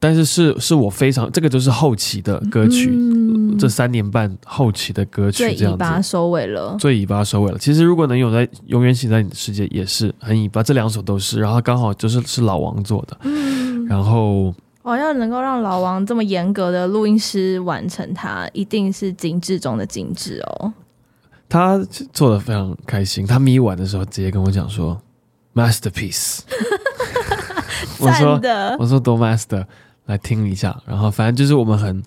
Speaker 2: 但是是是我非常这个就是后期的歌曲，
Speaker 1: 嗯
Speaker 2: 这三年半后期的歌曲
Speaker 1: 最
Speaker 2: 这
Speaker 1: 尾
Speaker 2: 样
Speaker 1: 巴
Speaker 2: 子。
Speaker 1: 收尾了。
Speaker 2: 最尾巴收尾了。其实如果能有在永远醒在你的世界，也是很尾巴，这两首都是。然后刚好就是是老王做的，
Speaker 1: 嗯，
Speaker 2: 然后
Speaker 1: 我要能够让老王这么严格的录音师完成它，一定是精致中的精致哦。
Speaker 2: 他做的非常开心。他咪完的时候直接跟我讲说，masterpiece。我
Speaker 1: 赞
Speaker 2: 说
Speaker 1: 的，
Speaker 2: 我说多 master 来听一下，然后反正就是我们很。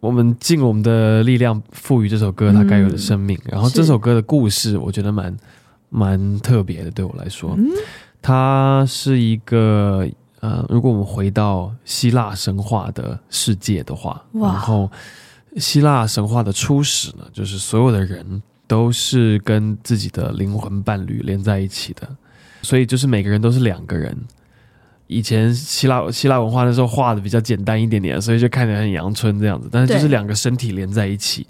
Speaker 2: 我们尽我们的力量赋予这首歌它该有的生命。然后
Speaker 1: 嗯
Speaker 2: 这
Speaker 1: 是
Speaker 2: 首歌的故事，我觉得蛮蛮特别的，对我来说，
Speaker 1: 嗯
Speaker 2: 它是一个呃，如果我们回到希腊神话的世界的话，
Speaker 1: 哇
Speaker 2: 然后希腊神话的初始呢，就是所有的人都是跟自己的灵魂伴侣连在一起的，所以就是每个人都是两个人。以前希腊希腊文化那时候画的比较简单一点点，所以就看起来很阳春这样子，但是就是
Speaker 1: 对
Speaker 2: 两个身体连在一起，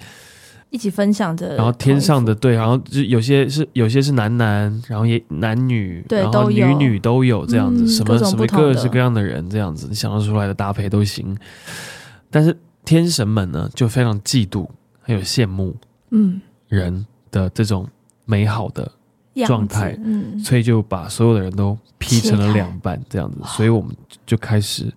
Speaker 1: 一起分享着同一幅，
Speaker 2: 然后天上的对，然后就有些是有些是男男，然后也男女，
Speaker 1: 对
Speaker 2: 然后
Speaker 1: 都
Speaker 2: 女
Speaker 1: 有
Speaker 2: 女都有这样子，
Speaker 1: 嗯
Speaker 2: 什么
Speaker 1: 各种
Speaker 2: 什么
Speaker 1: 不同的
Speaker 2: 各式各样的人这样子，你想得出来的搭配都行。但是天神们呢，就非常嫉妒，还有羡慕
Speaker 1: 嗯，
Speaker 2: 人的这种美好的
Speaker 1: 样
Speaker 2: 状
Speaker 1: 子
Speaker 2: 态
Speaker 1: 嗯，
Speaker 2: 所以就把所有的人都劈
Speaker 1: 切
Speaker 2: 成了
Speaker 1: 开
Speaker 2: 两半这样子，所以我们就开始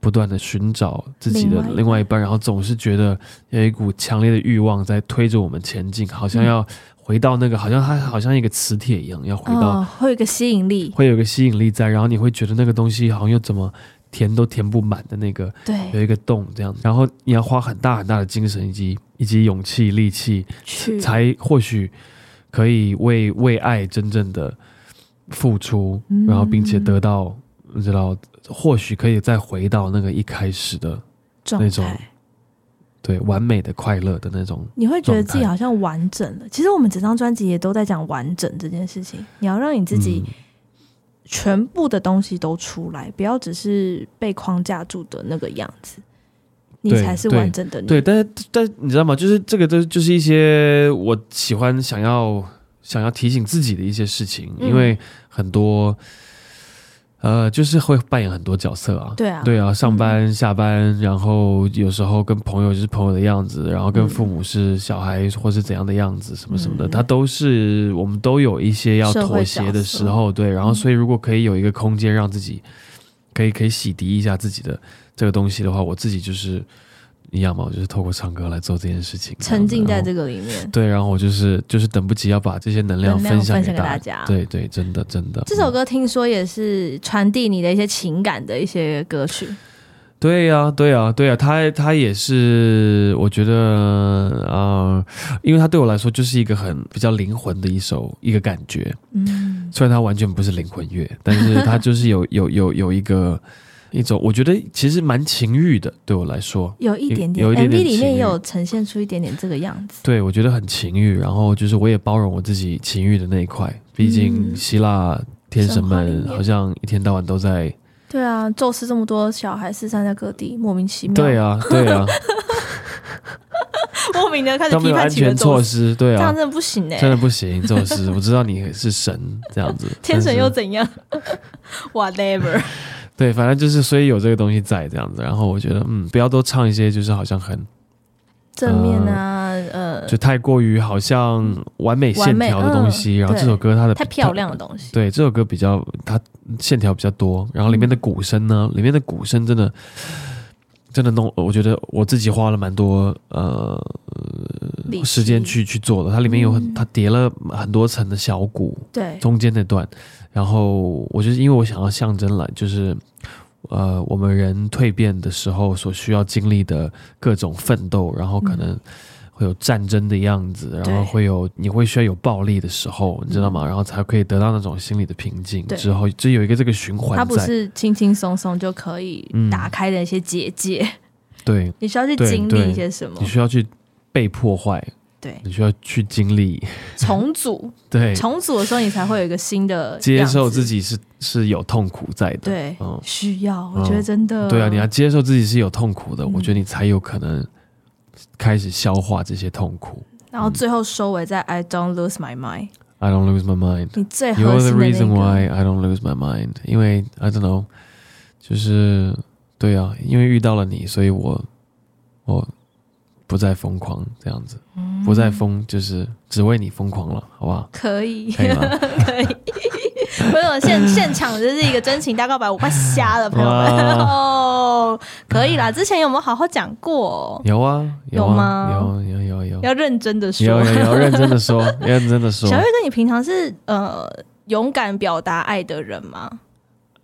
Speaker 2: 不断的寻找自己的
Speaker 1: 另外一
Speaker 2: 另外一半，然后总是觉得有一股强烈的欲望在推着我们前进，好像
Speaker 1: 嗯
Speaker 2: 要回到那个，好像它好像一个磁铁一样，要回到
Speaker 1: 嗯，会有一个吸引力，
Speaker 2: 会有一个吸引力在，然后你会觉得那个东西好像又怎么填都填不满的那个有
Speaker 1: 对，
Speaker 2: 一个洞这样子，然后你要花很大很大的精神以及以及勇气力气，
Speaker 1: 去
Speaker 2: 才或许可以为为爱真正的付出，
Speaker 1: 嗯
Speaker 2: 然后并且得到，你知道，或许可以再回到那个一开始的
Speaker 1: 状
Speaker 2: 那种
Speaker 1: 态，
Speaker 2: 对完美的快乐的那种。
Speaker 1: 你会觉得自己
Speaker 2: 状态
Speaker 1: 好像完整了。其实我们整张专辑也都在讲完整这件事情，你要让你自己
Speaker 2: 嗯
Speaker 1: 全部的东西都出来，不要只是被框架住的那个样子，你
Speaker 2: 对
Speaker 1: 才是
Speaker 2: 对
Speaker 1: 完整的你。
Speaker 2: 嗯对，但是但是你知道吗？就是这个都就是一些我喜欢想要想要提醒自己的一些事情，
Speaker 1: 嗯
Speaker 2: 因为很多呃，就是会扮演很多角色啊。
Speaker 1: 对啊，
Speaker 2: 对啊，上班、下班，然后有时候跟朋友就是朋友的样子，然后跟
Speaker 1: 嗯
Speaker 2: 父母是小孩或是怎样的样子，什么什么的，
Speaker 1: 嗯
Speaker 2: 他都是我们都有一些要
Speaker 1: 社会
Speaker 2: 妥协的
Speaker 1: 角色
Speaker 2: 时候，对。然后，
Speaker 1: 嗯
Speaker 2: 所以如果可以有一个空间让自己可以可以洗涤一下自己的这个东西的话，我自己就是一样嘛，我就是透过唱歌来做这件事情，
Speaker 1: 沉浸
Speaker 2: 这样
Speaker 1: 在
Speaker 2: 子。然后
Speaker 1: 这个里面。
Speaker 2: 对，然后我就是就是等不及要把这些能量
Speaker 1: 能量
Speaker 2: 分享
Speaker 1: 分
Speaker 2: 给
Speaker 1: 享给
Speaker 2: 大
Speaker 1: 大家
Speaker 2: 对对，真的真的。
Speaker 1: 这首
Speaker 2: 嗯
Speaker 1: 歌听说也是传递你的一些情感的一些歌曲，
Speaker 2: 对呀、对呀、对呀、他他也是，我觉得，呃，因为他对我来说就是一个很比较灵魂的一首一个感觉，
Speaker 1: 嗯，
Speaker 2: 虽然它完全不是灵魂乐，但是它就是有 有有有一个一种，我觉得其实蛮情欲的，对我来说，
Speaker 1: 有一点点
Speaker 2: 有有一
Speaker 1: m
Speaker 2: 点点
Speaker 1: v 里
Speaker 2: 情
Speaker 1: 面
Speaker 2: 欲
Speaker 1: 也有呈现出一点点这个样子，
Speaker 2: 对我觉得很情欲，然后就是我也包容我自己情欲的那一块，毕竟
Speaker 1: 嗯
Speaker 2: 希腊天神
Speaker 1: 神话
Speaker 2: 们
Speaker 1: 里面
Speaker 2: 好像一天到晚都在，
Speaker 1: 对啊，宙斯这么多小孩四散在各地，莫名其妙，
Speaker 2: 对啊，对 啊，
Speaker 1: 莫名的开始
Speaker 2: 他们
Speaker 1: 批
Speaker 2: 有安
Speaker 1: 判起了
Speaker 2: 全
Speaker 1: 宙
Speaker 2: 措
Speaker 1: 斯，
Speaker 2: 施，对
Speaker 1: 这
Speaker 2: 啊
Speaker 1: 样，真的不行哎、
Speaker 2: 真的不行，宙 斯，我知道你是神这样子，
Speaker 1: 天神又
Speaker 2: 但是
Speaker 1: 怎样 ？Whatever，
Speaker 2: 对，反正就是所以有这个东西在这样子。然后我觉得，嗯，不要都唱一些就是好像很
Speaker 1: 正面啊，呃，
Speaker 2: 就太过于好像完美线条的东西。
Speaker 1: 完美嗯
Speaker 2: 然后这首歌它的
Speaker 1: 太漂亮的东西，
Speaker 2: 对这首歌比较它线条比较多，然后里面的鼓声呢，里面的鼓声真的真的弄，我觉得我自己花了蛮多呃
Speaker 1: 力气
Speaker 2: 时间去去做的。它里面有很
Speaker 1: 嗯
Speaker 2: 它叠了很多层的小鼓，
Speaker 1: 对，
Speaker 2: 中间那段，然后我就是因为我想要象征了，就是呃，我们人蜕变的时候所需要经历的各种奋斗，然后可能会有战争的样子，然后
Speaker 1: 嗯对嗯
Speaker 2: 会有你会需要有暴力的时候，你知道吗？然后才可以得到那种心理的平静，
Speaker 1: 对
Speaker 2: 之后就有一个这个循
Speaker 1: 它
Speaker 2: 环
Speaker 1: 不
Speaker 2: 在，
Speaker 1: 是轻轻松松就可以
Speaker 2: 嗯
Speaker 1: 打开的一些结界，
Speaker 2: 对
Speaker 1: 你需要去
Speaker 2: 对
Speaker 1: 经
Speaker 2: 对
Speaker 1: 历一些什么
Speaker 2: 你，需要去被破坏，
Speaker 1: 对，
Speaker 2: 你需要去经历，
Speaker 1: 重组，
Speaker 2: 对，
Speaker 1: 重组的时候你才会有一个新的
Speaker 2: 接受
Speaker 1: 样子
Speaker 2: 自，己是是有痛苦在的，
Speaker 1: 对
Speaker 2: 嗯，
Speaker 1: 需要，
Speaker 2: 嗯
Speaker 1: 我觉得真的，
Speaker 2: 对啊，你要接受自己是有痛苦的，
Speaker 1: 嗯
Speaker 2: 我觉得你才有可能开始消化这些痛苦。
Speaker 1: 然后最后收尾在 I don't lose my mind，
Speaker 2: I don't lose my mind.
Speaker 1: 你最核心
Speaker 2: You're the
Speaker 1: 的那
Speaker 2: reason
Speaker 1: 个
Speaker 2: why。I don't lose my mind. 因为 I don't know，就是对啊，因为遇到了你，所以我我不再疯狂这样子，
Speaker 1: 嗯
Speaker 2: 不再疯，就是只为你疯狂了，好 不好？
Speaker 1: 可以，
Speaker 2: 可以吗
Speaker 1: 可以。为什么现现场这是一个真情大告白？我快瞎了，朋友们
Speaker 2: 哇
Speaker 1: 哦，可以啦。之前有没有好好讲过？
Speaker 2: 有啊，
Speaker 1: 有
Speaker 2: 啊，
Speaker 1: 吗
Speaker 2: 有有有有
Speaker 1: 要认真的
Speaker 2: 有
Speaker 1: 说。
Speaker 2: 有有，认真的说， 认真的说
Speaker 1: 小。月哥，你平常是呃勇敢表达爱的人吗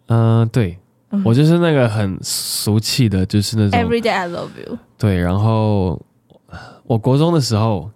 Speaker 2: 嗯、对
Speaker 1: 嗯
Speaker 2: 我就是那个很俗气的，就是那种
Speaker 1: ？Every day I love you。
Speaker 2: 对，然后我国中的时候，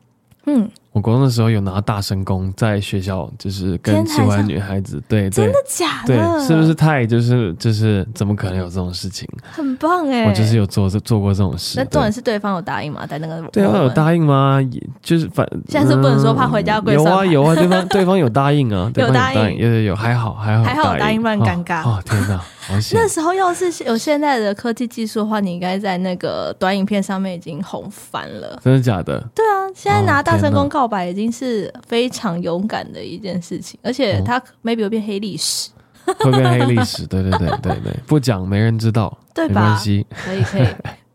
Speaker 1: 嗯，
Speaker 2: 我国中的时候有拿大声公在学校，就是
Speaker 1: 天
Speaker 2: 跟
Speaker 1: 台
Speaker 2: 喜欢
Speaker 1: 上
Speaker 2: 女孩子，对
Speaker 1: 真
Speaker 2: 对
Speaker 1: 的假
Speaker 2: 对
Speaker 1: 的？，
Speaker 2: 是不是太就是就是怎么可能有这种事情？
Speaker 1: 很棒哎？
Speaker 2: 我就是有做做过这种事
Speaker 1: 那，重点
Speaker 2: 对
Speaker 1: 是对方有答应吗？在那个
Speaker 2: 对
Speaker 1: 我
Speaker 2: 方
Speaker 1: 们
Speaker 2: 有答应吗？也就是反
Speaker 1: 现在是不能说怕回家跪
Speaker 2: 有啊
Speaker 1: 算盘
Speaker 2: 有啊，对 方对方有答应啊，对方
Speaker 1: 答
Speaker 2: 有答应，
Speaker 1: 应
Speaker 2: 有有有，还好还好
Speaker 1: 还好有答应不然
Speaker 2: 哦
Speaker 1: 尴尬
Speaker 2: 哦天哪，好 险
Speaker 1: 那！时候要是有现在的科技技术的话，你应该在那个短影片上面已经红翻了。
Speaker 2: 真的假的？
Speaker 1: 对啊，现在拿
Speaker 2: 哦
Speaker 1: 大
Speaker 2: 天
Speaker 1: 声
Speaker 2: 哪
Speaker 1: 公告白已经是非常勇敢的一件事情，而
Speaker 2: 哦
Speaker 1: 且它 maybe 会变黑历史，
Speaker 2: 会变黑历史，对对对对对，不讲没人知道，
Speaker 1: 对
Speaker 2: 没关
Speaker 1: 吧？
Speaker 2: 系。
Speaker 1: 可以可以，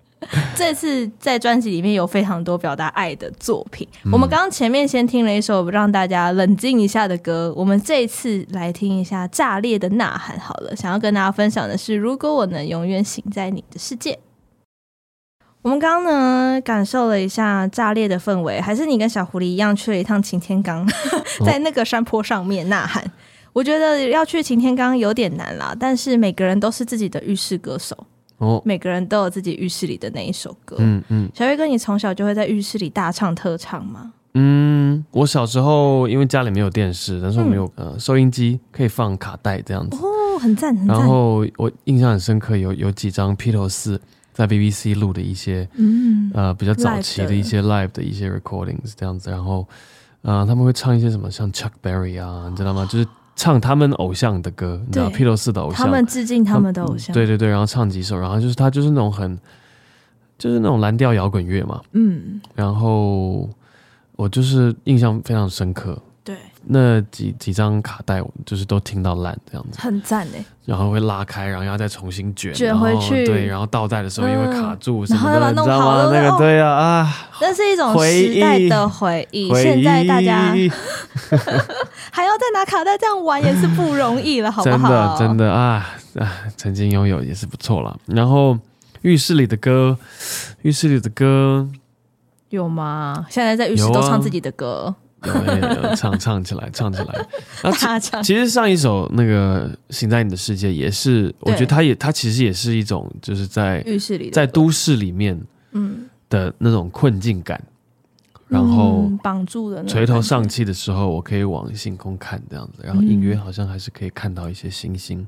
Speaker 1: 这次在专辑里面有非常多表达爱的作品。我们刚刚前面先听了一首让大家冷静一下的歌，我们这一次来听一下《炸裂的呐喊》好了。想要跟大家分享的是，如果我能永远行在你的世界。我们刚刚呢感受了一下炸裂的氛围，还是你跟小狐狸一样去了一趟擎天岗， 在那个山坡上面呐喊。我觉得要去擎天岗有点难啦，但是每个人都是自己的浴室歌手，
Speaker 2: 哦，
Speaker 1: 每个人都有自己浴室里的那一首歌。
Speaker 2: 嗯嗯
Speaker 1: 小月哥，你从小就会在浴室里大唱特唱吗？
Speaker 2: 嗯，我小时候因为家里没有电视，但是我们有、呃收音机，可以放卡带这样子。
Speaker 1: 哦，很赞，嗯很
Speaker 2: 然
Speaker 1: 赞。
Speaker 2: 后我印象很深刻，有有几张披头士在 BBC 录的一些
Speaker 1: 嗯，
Speaker 2: 呃比较早
Speaker 1: Live
Speaker 2: 期
Speaker 1: 的
Speaker 2: 的一些 live 的一些 recordings 这样子，然后呃他们会唱一些什么像 Chuck Berry 啊，你知道吗？就是唱他们偶像的歌，你知道
Speaker 1: 对
Speaker 2: 披头士的偶像，嗯
Speaker 1: 他们致敬他们的偶像。
Speaker 2: 对，对对，然后唱几首，然后就是他就是那种很就是那种蓝调摇滚乐嘛，
Speaker 1: 嗯，
Speaker 2: 然后我就是印象非常深刻。
Speaker 1: 对，
Speaker 2: 那几几张卡带，我就是都听到烂这样子，
Speaker 1: 很赞哎。
Speaker 2: 然后会拉开，然后要再重新卷，
Speaker 1: 卷
Speaker 2: 然后
Speaker 1: 回去
Speaker 2: 对，然后倒带的时候又会卡住什么
Speaker 1: 然后
Speaker 2: 的，
Speaker 1: 要把它
Speaker 2: 你
Speaker 1: 弄
Speaker 2: 知道
Speaker 1: 好
Speaker 2: 吗？
Speaker 1: 对
Speaker 2: 那
Speaker 1: 哦
Speaker 2: 个对啊啊，
Speaker 1: 那是一种
Speaker 2: 回忆
Speaker 1: 时代的回忆，
Speaker 2: 回
Speaker 1: 现在大家
Speaker 2: 忆
Speaker 1: 还要再拿卡带这样玩也是不容易了，好不
Speaker 2: 真的
Speaker 1: 好？
Speaker 2: 真
Speaker 1: 的，
Speaker 2: 的啊啊，曾经拥有也是不错了。然后浴室里的歌，浴室里的歌
Speaker 1: 有吗？现在在浴室
Speaker 2: 有
Speaker 1: 都
Speaker 2: 啊
Speaker 1: 唱自己的 歌，
Speaker 2: 有有有有唱唱起来，唱起来。然后其
Speaker 1: 大 唱。
Speaker 2: 其实上一首那个《行在你的世界》也是，我
Speaker 1: 对
Speaker 2: 觉得它也它其实也是一种就是在
Speaker 1: 浴室里的歌
Speaker 2: 在都市里面
Speaker 1: 嗯，
Speaker 2: 的那种困境感，然后
Speaker 1: 嗯绑住的那种
Speaker 2: 垂头丧
Speaker 1: 感
Speaker 2: 气的时候，我可以往星空看这样子，然后
Speaker 1: 嗯
Speaker 2: 隐约好像还是可以看到一些星星，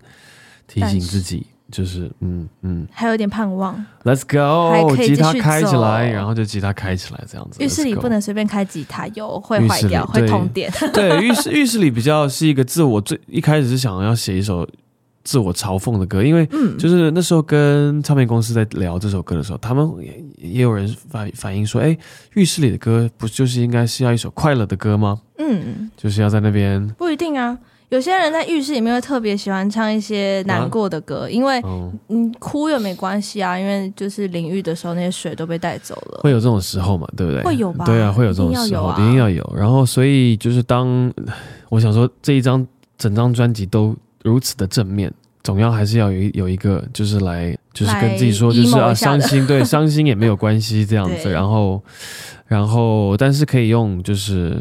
Speaker 2: 提
Speaker 1: 但
Speaker 2: 醒
Speaker 1: 是
Speaker 2: 自己就是嗯嗯
Speaker 1: 觉，还有点盼望。
Speaker 2: ，Let's
Speaker 1: 还
Speaker 2: go，
Speaker 1: 可以
Speaker 2: 吉他
Speaker 1: 继续
Speaker 2: 开起来，
Speaker 1: 走
Speaker 2: 然后就吉他开起来这样子。
Speaker 1: 浴室里
Speaker 2: let's go
Speaker 1: 不能随便开吉他，有会
Speaker 2: 浴
Speaker 1: 坏
Speaker 2: 室里
Speaker 1: 掉，会
Speaker 2: 对
Speaker 1: 通电。
Speaker 2: 对，浴室浴室里比较是一个自我最一开始是想要写一首自我嘲讽的歌，因为
Speaker 1: 嗯
Speaker 2: 就是那时候跟唱片公司在聊这首歌的时候，他们也也有人反反映说，哎，浴室里的歌不就是应该是要一首快乐的歌吗？
Speaker 1: 嗯，
Speaker 2: 就是要在那边，
Speaker 1: 不一定啊。有些人在浴室里面会特别喜欢唱一些难过的歌，因为
Speaker 2: 嗯，
Speaker 1: 你哭也没关系啊，因为就是淋浴的时候那些水都被带走了。
Speaker 2: 会有这种时候嘛，对不对？
Speaker 1: 会有吧
Speaker 2: 对啊，会有这
Speaker 1: 一
Speaker 2: 种
Speaker 1: 定要
Speaker 2: 时
Speaker 1: 有
Speaker 2: 候，
Speaker 1: 啊
Speaker 2: 一定要有。然后，所以就是当我想说这一张整张专辑都如此的正面，总要还是要有一有一个就是来就是
Speaker 1: 来
Speaker 2: 跟自己说，就是
Speaker 1: emo
Speaker 2: 啊
Speaker 1: 一下
Speaker 2: 伤
Speaker 1: 的
Speaker 2: 心，对伤心也没有关系这样子。
Speaker 1: 对
Speaker 2: 然后，然后但是可以用就是。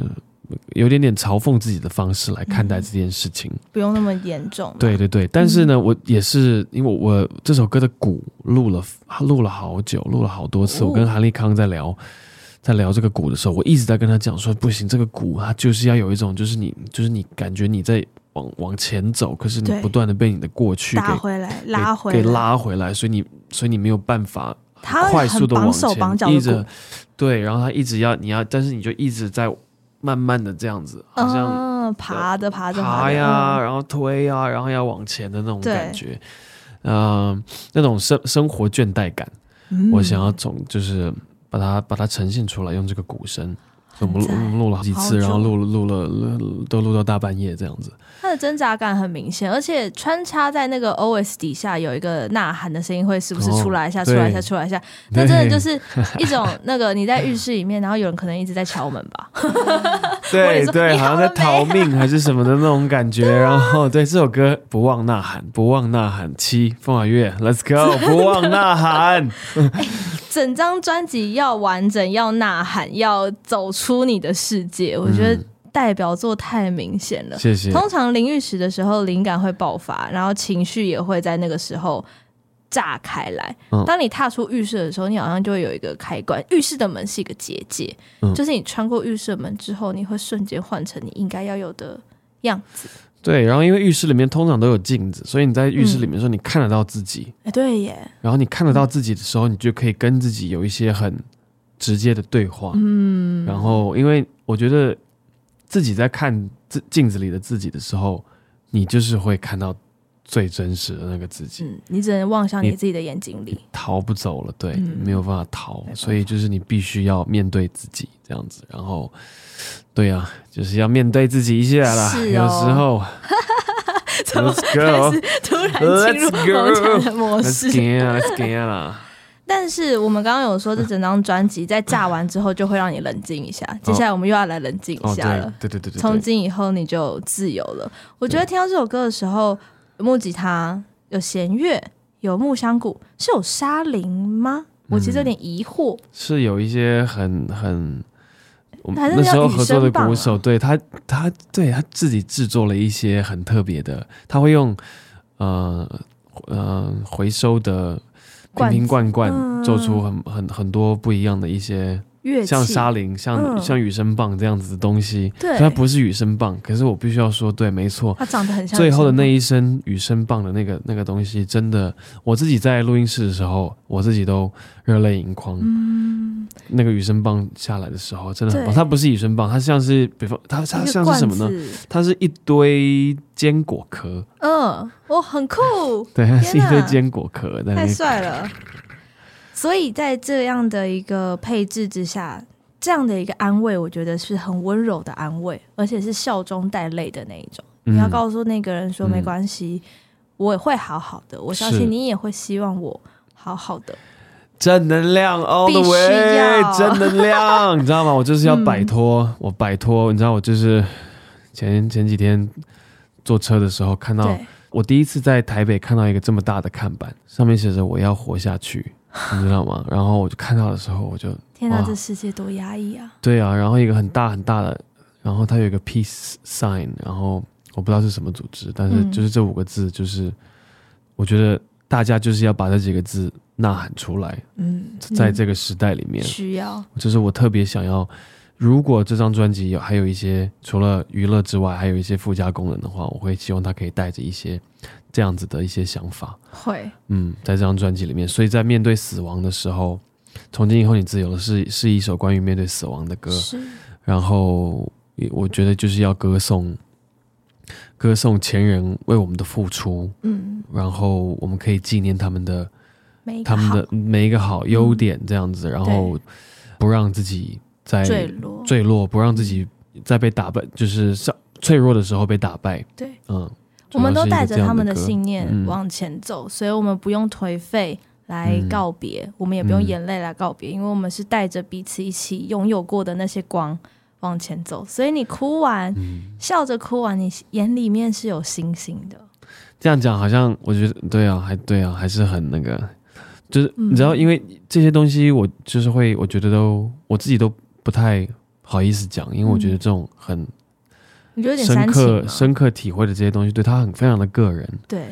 Speaker 2: 有点点嘲讽自己的方式来看
Speaker 1: 嗯
Speaker 2: 待这件事情，
Speaker 1: 不用那么严重嘛。
Speaker 2: 对对对。但是
Speaker 1: 嗯
Speaker 2: 呢，我也是因为我这首歌的鼓录了录了好久，录了好多次。
Speaker 1: 哦
Speaker 2: 我跟韩立康在聊，在聊这个鼓的时候，我一直在跟他讲说，不行，这个鼓它就是要有一种，就是你就是你感觉你在往往前走，可是你
Speaker 1: 对
Speaker 2: 不断的被你的过去
Speaker 1: 打
Speaker 2: 给
Speaker 1: 回来，
Speaker 2: 给
Speaker 1: 拉回来，
Speaker 2: 给拉回来，所以你所以你没有办法
Speaker 1: 他
Speaker 2: 快速的往
Speaker 1: 绑手绑脚
Speaker 2: 前，一
Speaker 1: 的
Speaker 2: 直
Speaker 1: 鼓，
Speaker 2: 对，然后他一直要你要，但是你就一直在慢慢的这样子，好像。
Speaker 1: 嗯，爬着爬着
Speaker 2: 爬
Speaker 1: 着
Speaker 2: 呀，
Speaker 1: 嗯
Speaker 2: 然后推呀，然后要往前的那种
Speaker 1: 对
Speaker 2: 感觉，嗯、那种生生活倦怠感，
Speaker 1: 嗯
Speaker 2: 我想要总就是把它把它呈现出来，用这个鼓声。我们录
Speaker 1: 很
Speaker 2: 我
Speaker 1: 赞
Speaker 2: 们录了好几
Speaker 1: 好
Speaker 2: 次，然后
Speaker 1: 久
Speaker 2: 录了录了录都录到大半夜这样子。
Speaker 1: 它的挣扎感很明显，而且穿插在那个 OS 底下有一个呐喊的声音，会时不时
Speaker 2: 哦
Speaker 1: 出来一下，出
Speaker 2: 对
Speaker 1: 来一下，出来一下。 那真的就
Speaker 2: 对
Speaker 1: 是一种那个你在浴室里面，然后有人可能一直在敲门吧。 我也
Speaker 2: 对
Speaker 1: 说
Speaker 2: 对，
Speaker 1: 你好
Speaker 2: 好像
Speaker 1: 了
Speaker 2: 在逃命还是什么的那种感觉。
Speaker 1: 啊
Speaker 2: 然后对这首歌《不忘呐喊》，不忘呐喊七，风雅月，Let's go，不忘呐喊。
Speaker 1: 整张专辑要完整，要呐喊，要走出你的世界，我觉得
Speaker 2: 嗯
Speaker 1: 代表作太明显了。
Speaker 2: 谢谢。
Speaker 1: 通常淋浴时的时候，灵感会爆发，然后情绪也会在那个时候炸开来。
Speaker 2: 嗯
Speaker 1: 当你踏出浴室的时候，你好像就会有一个开关，浴室的门是一个结界，
Speaker 2: 嗯
Speaker 1: 就是你穿过浴室的门之后，你会瞬间换成你应该要有的样子。
Speaker 2: 对，然后因为浴室里面通常都有镜子，所以你在浴室里面的时候，你看得到自己，
Speaker 1: 哎，对耶，
Speaker 2: 然后你看得到自己的时候，你就可以跟自己有一些很直接的对话。嗯，然后因为我觉得自己在看自镜子里的自己的时候，你就是会看到最真实的那个自己，
Speaker 1: 嗯，你只能望向你
Speaker 2: 你
Speaker 1: 自己的眼睛里。
Speaker 2: 逃不走了，对，
Speaker 1: 嗯
Speaker 2: 没有办法逃
Speaker 1: 没，办法
Speaker 2: 所以就是你必须要面对自己这样子，然后。对呀、就是要面对自己一下啦。
Speaker 1: 是
Speaker 2: 有
Speaker 1: 哦
Speaker 2: 时候
Speaker 1: 怎么
Speaker 2: ，Let's
Speaker 1: 开
Speaker 2: go，
Speaker 1: 始突然进入
Speaker 2: Let's go
Speaker 1: 某强的模
Speaker 2: Let's
Speaker 1: 式？
Speaker 2: get it, let's get it 啦。
Speaker 1: 但是我们刚刚有说，这整张专辑在炸完之后就会让你冷静一下。接下来我们又要来冷静一
Speaker 2: 哦，
Speaker 1: 下了。
Speaker 2: 对对对对对，
Speaker 1: 从今以后你就自由了。我觉得听到这首歌的时候，木吉他有弦乐，有木香鼓，是有沙林吗？我其实有点疑惑。
Speaker 2: 是有一些很很，我们
Speaker 1: 还是
Speaker 2: 那时候
Speaker 1: 叫女
Speaker 2: 合作的
Speaker 1: 生棒
Speaker 2: 鼓
Speaker 1: 啊
Speaker 2: 手，对他他对他自己制作了一些很特别的，他会用呃呃回收的瓶
Speaker 1: 罐
Speaker 2: 瓶
Speaker 1: 子
Speaker 2: 罐罐
Speaker 1: 嗯
Speaker 2: 做出很很很多不一样的一些，
Speaker 1: 乐器
Speaker 2: 像沙林、像
Speaker 1: 嗯
Speaker 2: 像雨声棒这样子的东西。
Speaker 1: 对
Speaker 2: 虽然不是雨声棒，可是我必须要说，对，没错，
Speaker 1: 它长得很像
Speaker 2: 最后的
Speaker 1: 女生
Speaker 2: 那
Speaker 1: 棒
Speaker 2: 一声雨声棒的那个那个东西，真的，我自己在录音室的时候，我自己都热泪盈眶。
Speaker 1: 嗯，
Speaker 2: 那个雨声棒下来的时候，真的很棒。
Speaker 1: 对
Speaker 2: 它不是雨声棒，它像是，比方它它
Speaker 1: 一个
Speaker 2: 像是什么呢
Speaker 1: 罐？子？
Speaker 2: 它是一堆坚果壳，
Speaker 1: 嗯，我很酷，
Speaker 2: 对，它是一堆
Speaker 1: 天哪
Speaker 2: 坚果壳在那
Speaker 1: 太
Speaker 2: 边。
Speaker 1: 帅了。 所以在这样的一个配置之下，这样的一个安慰，我觉得是很温柔的安慰，而且是笑中带泪的那一种。你要告诉那个人说、
Speaker 2: 嗯
Speaker 1: 没关系，我也会好好的，我相
Speaker 2: 是
Speaker 1: 信你也会希望我好好的。
Speaker 2: 正能量 all the
Speaker 1: 必须
Speaker 2: way，
Speaker 1: 要
Speaker 2: 正能量， 你知道吗？我就是要
Speaker 1: 嗯
Speaker 2: 摆脱，我摆脱，你知道，我就是前前几天坐车的时候看到，
Speaker 1: 对，
Speaker 2: 我第一次在台北看到一个这么大的看板，上面写着“我要活下去”，你知道吗？然后我就看到的时候，我就
Speaker 1: 天哪，
Speaker 2: 哇
Speaker 1: 这世界多压抑啊！
Speaker 2: 对啊，然后一个很大很大的，然后它有一个 peace sign，然后我不知道是什么组织，但是
Speaker 1: 嗯
Speaker 2: 就是这五个字，就是、我觉得大家就是要把这几个字呐喊出来，
Speaker 1: 嗯，
Speaker 2: 在
Speaker 1: 嗯
Speaker 2: 这个时代里面，
Speaker 1: 需要
Speaker 2: 就是我特别想要。如果这张专辑有还有一些除了娱乐之外，还有一些附加功能的话，我会希望它可以带着一些这样子的一些想法，
Speaker 1: 会
Speaker 2: 嗯，在这张专辑里面。所以在面对死亡的时候，从今以后你自由了是是一首关于面对死亡的歌，
Speaker 1: 是
Speaker 2: 然后也我觉得就是要歌颂，歌颂前人为我们的付出，
Speaker 1: 嗯，
Speaker 2: 然后我们可以纪念他们的
Speaker 1: 每一个
Speaker 2: 他们的每一个好优点这样子，然后
Speaker 1: 嗯对
Speaker 2: 不让自己在
Speaker 1: 好坠落，
Speaker 2: 坠落，不让自己在被打败，就是上脆弱的时候被打败。
Speaker 1: 对，
Speaker 2: 嗯，
Speaker 1: 我们都
Speaker 2: 主要
Speaker 1: 带
Speaker 2: 是一个
Speaker 1: 着
Speaker 2: 这样
Speaker 1: 他们的
Speaker 2: 歌
Speaker 1: 信念
Speaker 2: 嗯
Speaker 1: 往前走，所以我们不用颓废来
Speaker 2: 嗯
Speaker 1: 告别，我们也不用
Speaker 2: 嗯
Speaker 1: 眼泪来告别，因为我们是带着彼此一起拥有过的那些光往前走。所以你哭完，
Speaker 2: 嗯
Speaker 1: 笑着哭完，你眼里面是有星星的。
Speaker 2: 这样讲好像我觉得对啊，还对啊，还是很那个，就是
Speaker 1: 嗯
Speaker 2: 你知道，因为这些东西我就是会，我觉得都我自己都不太好意思讲，因为我觉得这种很
Speaker 1: 你觉得有点
Speaker 2: 深
Speaker 1: 煽情啊
Speaker 2: 刻、
Speaker 1: 吗？
Speaker 2: 深刻体会的这些东西，对他很非常的个人，
Speaker 1: 对，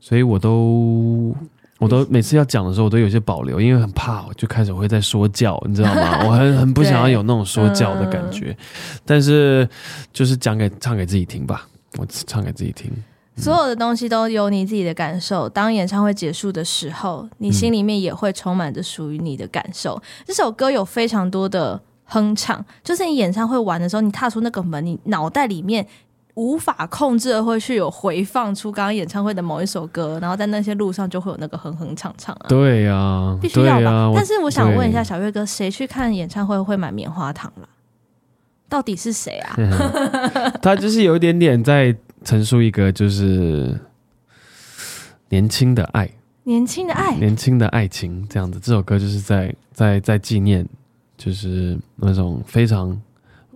Speaker 2: 所以我都。我
Speaker 1: 嗯
Speaker 2: 都每次要讲的时候，我都有些保留，因为很怕，我就开始会在说教，你知道吗？我很很不想要有那种说教的
Speaker 1: 嗯
Speaker 2: 感觉，但是就是讲给唱给自己听吧，我唱给自己听。
Speaker 1: 所有的东西都有你自己的感受。当演唱会结束的时候，你心里面也会充满着属于你的感受。这首歌有非常多的哼唱，就是你演唱会完的时候，你踏出那个门，你脑袋里面。无法控制的会去有回放出刚刚演唱会的某一首歌，然后在那些路上就会有那个哼哼唱唱啊，
Speaker 2: 对呀、啊，
Speaker 1: 必须要
Speaker 2: 对
Speaker 1: 吧。
Speaker 2: 呀、我
Speaker 1: 但是我想问一下
Speaker 2: 对
Speaker 1: 小月哥，谁去看演唱会会买棉花糖啦？到底是谁 啊？
Speaker 2: 他就是有一点点在陈述一个就是年轻的爱，
Speaker 1: 年轻的爱，
Speaker 2: 年轻的爱情这样子。这首歌就是在在在纪念，就是那种非常，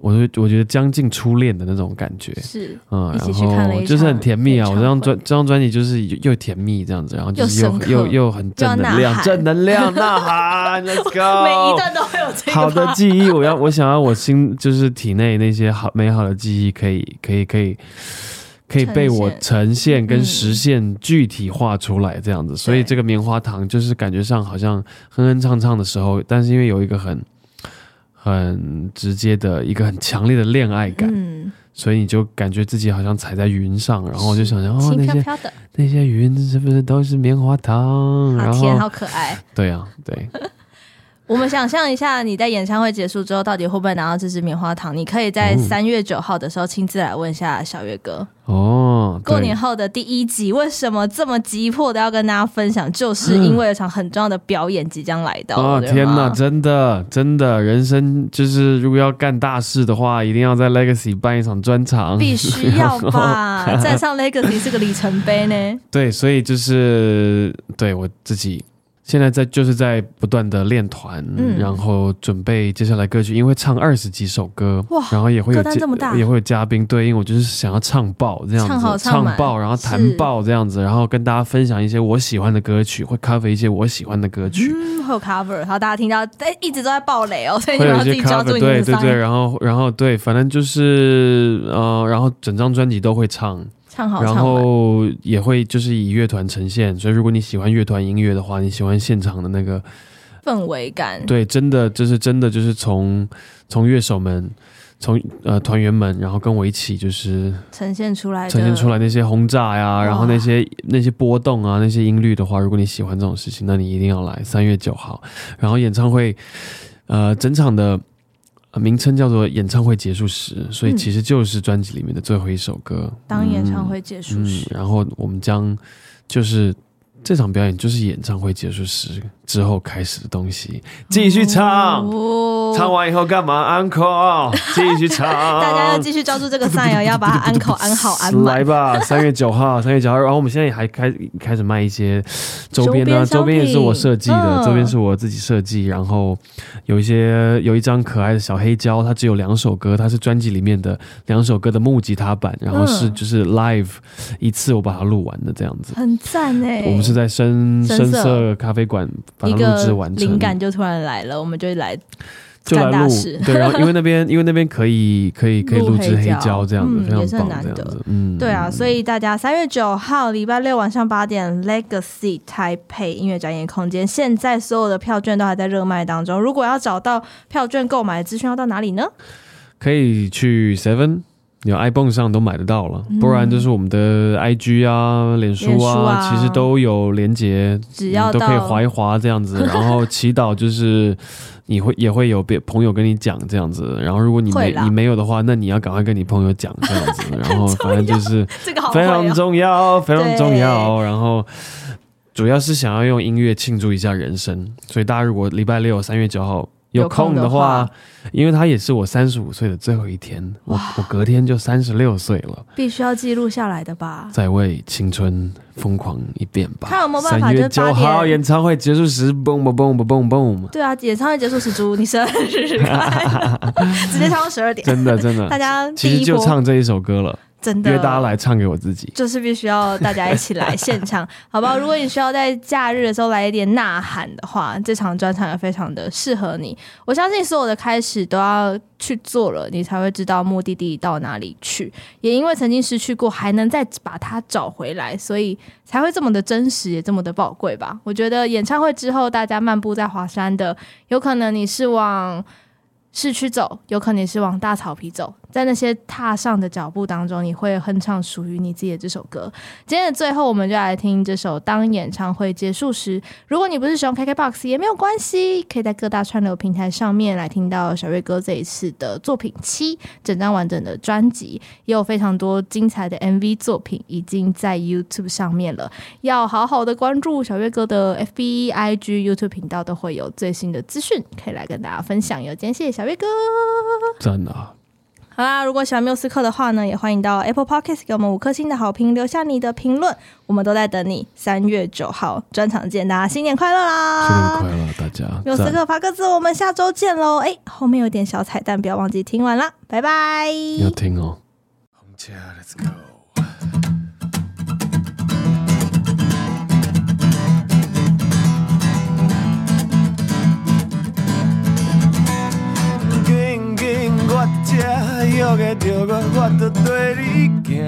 Speaker 2: 我就我觉得将近初恋的那种感觉。
Speaker 1: 是
Speaker 2: 嗯，
Speaker 1: 一
Speaker 2: 然
Speaker 1: 起去看了
Speaker 2: 后
Speaker 1: 一
Speaker 2: 就是很
Speaker 1: 场
Speaker 2: 甜蜜啊！
Speaker 1: 演
Speaker 2: 我
Speaker 1: 唱会
Speaker 2: 这张专这张专辑就是又又甜蜜这样子，然后就是又
Speaker 1: 又深刻
Speaker 2: 又又很正能
Speaker 1: 又要呐
Speaker 2: 量，
Speaker 1: 喊
Speaker 2: 正能量呐喊，Let's go！
Speaker 1: 每一段都会有这个
Speaker 2: 好的
Speaker 1: 吧
Speaker 2: 记忆，我要我想要我心就是体内那些好美好的记忆，可以可以可以可以被我呈现跟实现具体化出来
Speaker 1: 嗯
Speaker 2: 这样子。所以这个棉花糖就是感觉上好像哼哼唱唱的时候，但是因为有一个很很直接的一个很强烈的恋爱感，
Speaker 1: 嗯，
Speaker 2: 所以你就感觉自己好像踩在云上，然后我就想想哦
Speaker 1: 轻
Speaker 2: 那
Speaker 1: 飘
Speaker 2: 些
Speaker 1: 飘的，
Speaker 2: 那些云是不是都是棉花糖？嗯然
Speaker 1: 好
Speaker 2: 后
Speaker 1: 甜，好可爱。
Speaker 2: 对啊对，
Speaker 1: 我们想象一下，你在演唱会结束之后，到底会不会拿到这支棉花糖？你可以在
Speaker 2: 哦
Speaker 1: 三月九号的时候亲自来问一下小月哥。
Speaker 2: 哦
Speaker 1: 过
Speaker 2: 对
Speaker 1: 年后的第一集，为什么这么急迫的要跟大家分享？就是因为有场很重要的表演即将来到。
Speaker 2: 哦，
Speaker 1: 对
Speaker 2: 天
Speaker 1: 吗
Speaker 2: 哪，真的真的，人生就是如果要干大事的话，一定要在 Legacy 办一场专场。
Speaker 1: 必须要 吧！ 站上 Legacy 是个里程碑呢。
Speaker 2: 对，所以就是对我自己现在在就是在不断的练团，
Speaker 1: 嗯
Speaker 2: 然后准备接下来歌曲，因为唱二十几首歌，
Speaker 1: 哇
Speaker 2: 然后也会有
Speaker 1: 歌单
Speaker 2: 嘉
Speaker 1: 这么大
Speaker 2: 也会有嘉宾对应，我就是想要唱爆这样子，
Speaker 1: 唱好唱满
Speaker 2: 爆，然后弹
Speaker 1: 是
Speaker 2: 爆这样子，然后跟大家分享一些我喜欢的歌曲，会 cover 一些我喜欢的歌曲，
Speaker 1: 嗯，会有 cover，然后大家听到，哎，一直都在爆雷哦，所以你
Speaker 2: 会
Speaker 1: 们要
Speaker 2: 有一
Speaker 1: 自
Speaker 2: 些
Speaker 1: 己抓住
Speaker 2: cover，
Speaker 1: 你们
Speaker 2: 对
Speaker 1: 的
Speaker 2: 对
Speaker 1: 嗓
Speaker 2: 对，
Speaker 1: 音，
Speaker 2: 然后然后对，反正就是呃，然后整张专辑都会唱，
Speaker 1: 唱好
Speaker 2: 然
Speaker 1: 唱满。
Speaker 2: 后也会就是以乐团呈现，所以如果你喜欢乐团音乐的话，你喜欢现场的那个，
Speaker 1: 氛围感，
Speaker 2: 对，真的就是真的就是从从乐手们，从呃团员们，然后跟我一起就是
Speaker 1: 呈现出来的，
Speaker 2: 呈现出来那些轰炸呀、然后那些那些波动啊，那些音律的话，如果你喜欢这种事情，那你一定要来三月九号，然后演唱会，呃，整场的。呃名称叫做演唱会结束时，所以
Speaker 1: 嗯
Speaker 2: 其实就是专辑里面的最后一首歌。
Speaker 1: 当演
Speaker 2: 嗯
Speaker 1: 唱会结束
Speaker 2: 嗯
Speaker 1: 时，，
Speaker 2: 然后我们将就是这场表演就是演唱会结束时之后开始的东西，继续唱，
Speaker 1: 哦
Speaker 2: 唱完以后干嘛？uncle，继续唱，
Speaker 1: 大家要继续抓住这个 sign 哦，要把它安口安好安满
Speaker 2: 来。吧， 三月九号，三月九号，然后我们现在也还开开始卖一些周边啊，周
Speaker 1: 周边商品
Speaker 2: 边也是我设计的，
Speaker 1: 嗯
Speaker 2: 周边是我自己设计，然后有一些有一张可爱的小黑胶，它只有两首歌，它是专辑里面的两首歌的木吉他版，然后是
Speaker 1: 嗯
Speaker 2: 就是 live 一次我把它录完的这样子。
Speaker 1: 很赞哎！
Speaker 2: 我们是在深
Speaker 1: 深
Speaker 2: 深
Speaker 1: 色
Speaker 2: 色咖啡馆把
Speaker 1: 一
Speaker 2: 它录制
Speaker 1: 个
Speaker 2: 完成，
Speaker 1: 灵感就突然来了，我们就来
Speaker 2: 就来
Speaker 1: 干大
Speaker 2: 录
Speaker 1: 事
Speaker 2: 对，然后因为那边因为那边可以可以可以
Speaker 1: 录
Speaker 2: 录制
Speaker 1: 黑
Speaker 2: 黑
Speaker 1: 胶
Speaker 2: 胶这样子，
Speaker 1: 嗯
Speaker 2: 非
Speaker 1: 也是很
Speaker 2: 常棒
Speaker 1: 难
Speaker 2: 这样
Speaker 1: 得
Speaker 2: 子，嗯，
Speaker 1: 对啊，所以大家三月九号礼拜六晚上八点，Legacy 台北音乐展演空间，现在所有的票券都还在热卖当中。如果要找到票券购买资讯，要到哪里呢？
Speaker 2: 可以去 Seven。有 iPhone 上都买得到了，不然就是我们的 IG 啊、脸书
Speaker 1: 嗯脸书
Speaker 2: 啊，
Speaker 1: 啊
Speaker 2: 其实都有连接，
Speaker 1: 只要
Speaker 2: 你嗯都可以
Speaker 1: 到
Speaker 2: 划一划这 样子。然后祈祷就是你会也会有别朋友跟你讲这样子。然后如果你
Speaker 1: 会
Speaker 2: 没
Speaker 1: 啦
Speaker 2: 你没有的话，那你要赶快跟你朋友讲这样子。然后反正 就是
Speaker 1: 这个好会
Speaker 2: 非常
Speaker 1: 哦，
Speaker 2: 重要，非常
Speaker 1: 对
Speaker 2: 重要。然后主要是想要用音乐庆祝一下人生，所以大家如果礼拜六三月九号有空的话，
Speaker 1: 有空
Speaker 2: 因为它也是我三十五岁的最后一天，我我隔天就三十六岁了，
Speaker 1: 必须要记录下来的吧。
Speaker 2: 再为青春疯狂一遍吧。
Speaker 1: 看有没有办法
Speaker 2: 三月
Speaker 1: 就是八
Speaker 2: 九号
Speaker 1: 点
Speaker 2: 演唱会结束时，嘣嘣嘣嘣嘣嘣，
Speaker 1: 对啊，演唱会结束时，祝你生日快乐，直接唱到十二点。
Speaker 2: 真的真的
Speaker 1: 大，家
Speaker 2: 其
Speaker 1: 第
Speaker 2: 实
Speaker 1: 一
Speaker 2: 就
Speaker 1: 波
Speaker 2: 唱这一首歌了，
Speaker 1: 真的
Speaker 2: 约大家来唱给我自己。
Speaker 1: 就是必须要大家一起 来现场，好不好？如果你需要在假日的时候来一点呐喊的话，这场专场也非常的适合你。我相信所有的开始都要去做了，你才会知道目的地到哪里去。也因为曾经失去过，还能再把它找回来，所以才会这么的真实，也这么的宝贵吧。我觉得演唱会之后，大家漫步在华山的，有可能你是往。市区走，有可能是往大草皮走，在那些踏上的脚步当中，你会哼唱属于你自己的这首歌。今天的最后，我们就来听这首《当演唱会结束时》。如果你不是使用 KKBOX 也没有关系，可以在各大串流平台上面来听到小月哥这一次的作品七整张完整的专辑，也有非常多精彩的 MV 作品已经在 YouTube 上面了。要好好的关注小月哥的 FB、IG、YouTube 频道，都会有最新的资讯可以来跟大家分享哟。今天谢谢小月哥。
Speaker 2: 真的啊，
Speaker 1: 好啦，如果喜欢缪斯克的话呢，也欢迎到 Apple Podcast 给我们五颗星的好评，留下你的评论，我们都在等你。三月九号专场见，大家新年快乐啦！
Speaker 2: 新年快乐，大家！
Speaker 1: 缪斯
Speaker 2: 赞
Speaker 1: 克法克斯，我们下周见喽！哎，后面有点小彩蛋，不要忘记听完啦，拜拜。
Speaker 2: 要听哦。
Speaker 3: 紧紧我这约的着我，我就对你行。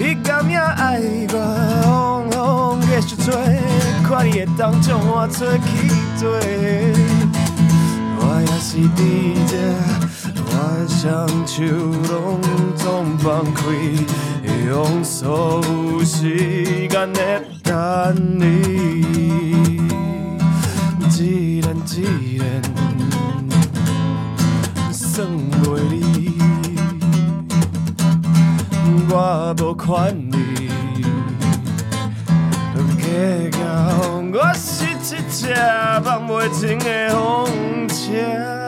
Speaker 3: 伊甘也爱我，风风继续吹，看你会当将我做去做。我也是伫这，我的双手拢总放开，用所有时间来等你。一人一人算袂离，我无权利。计较我是一只放袂清的风车。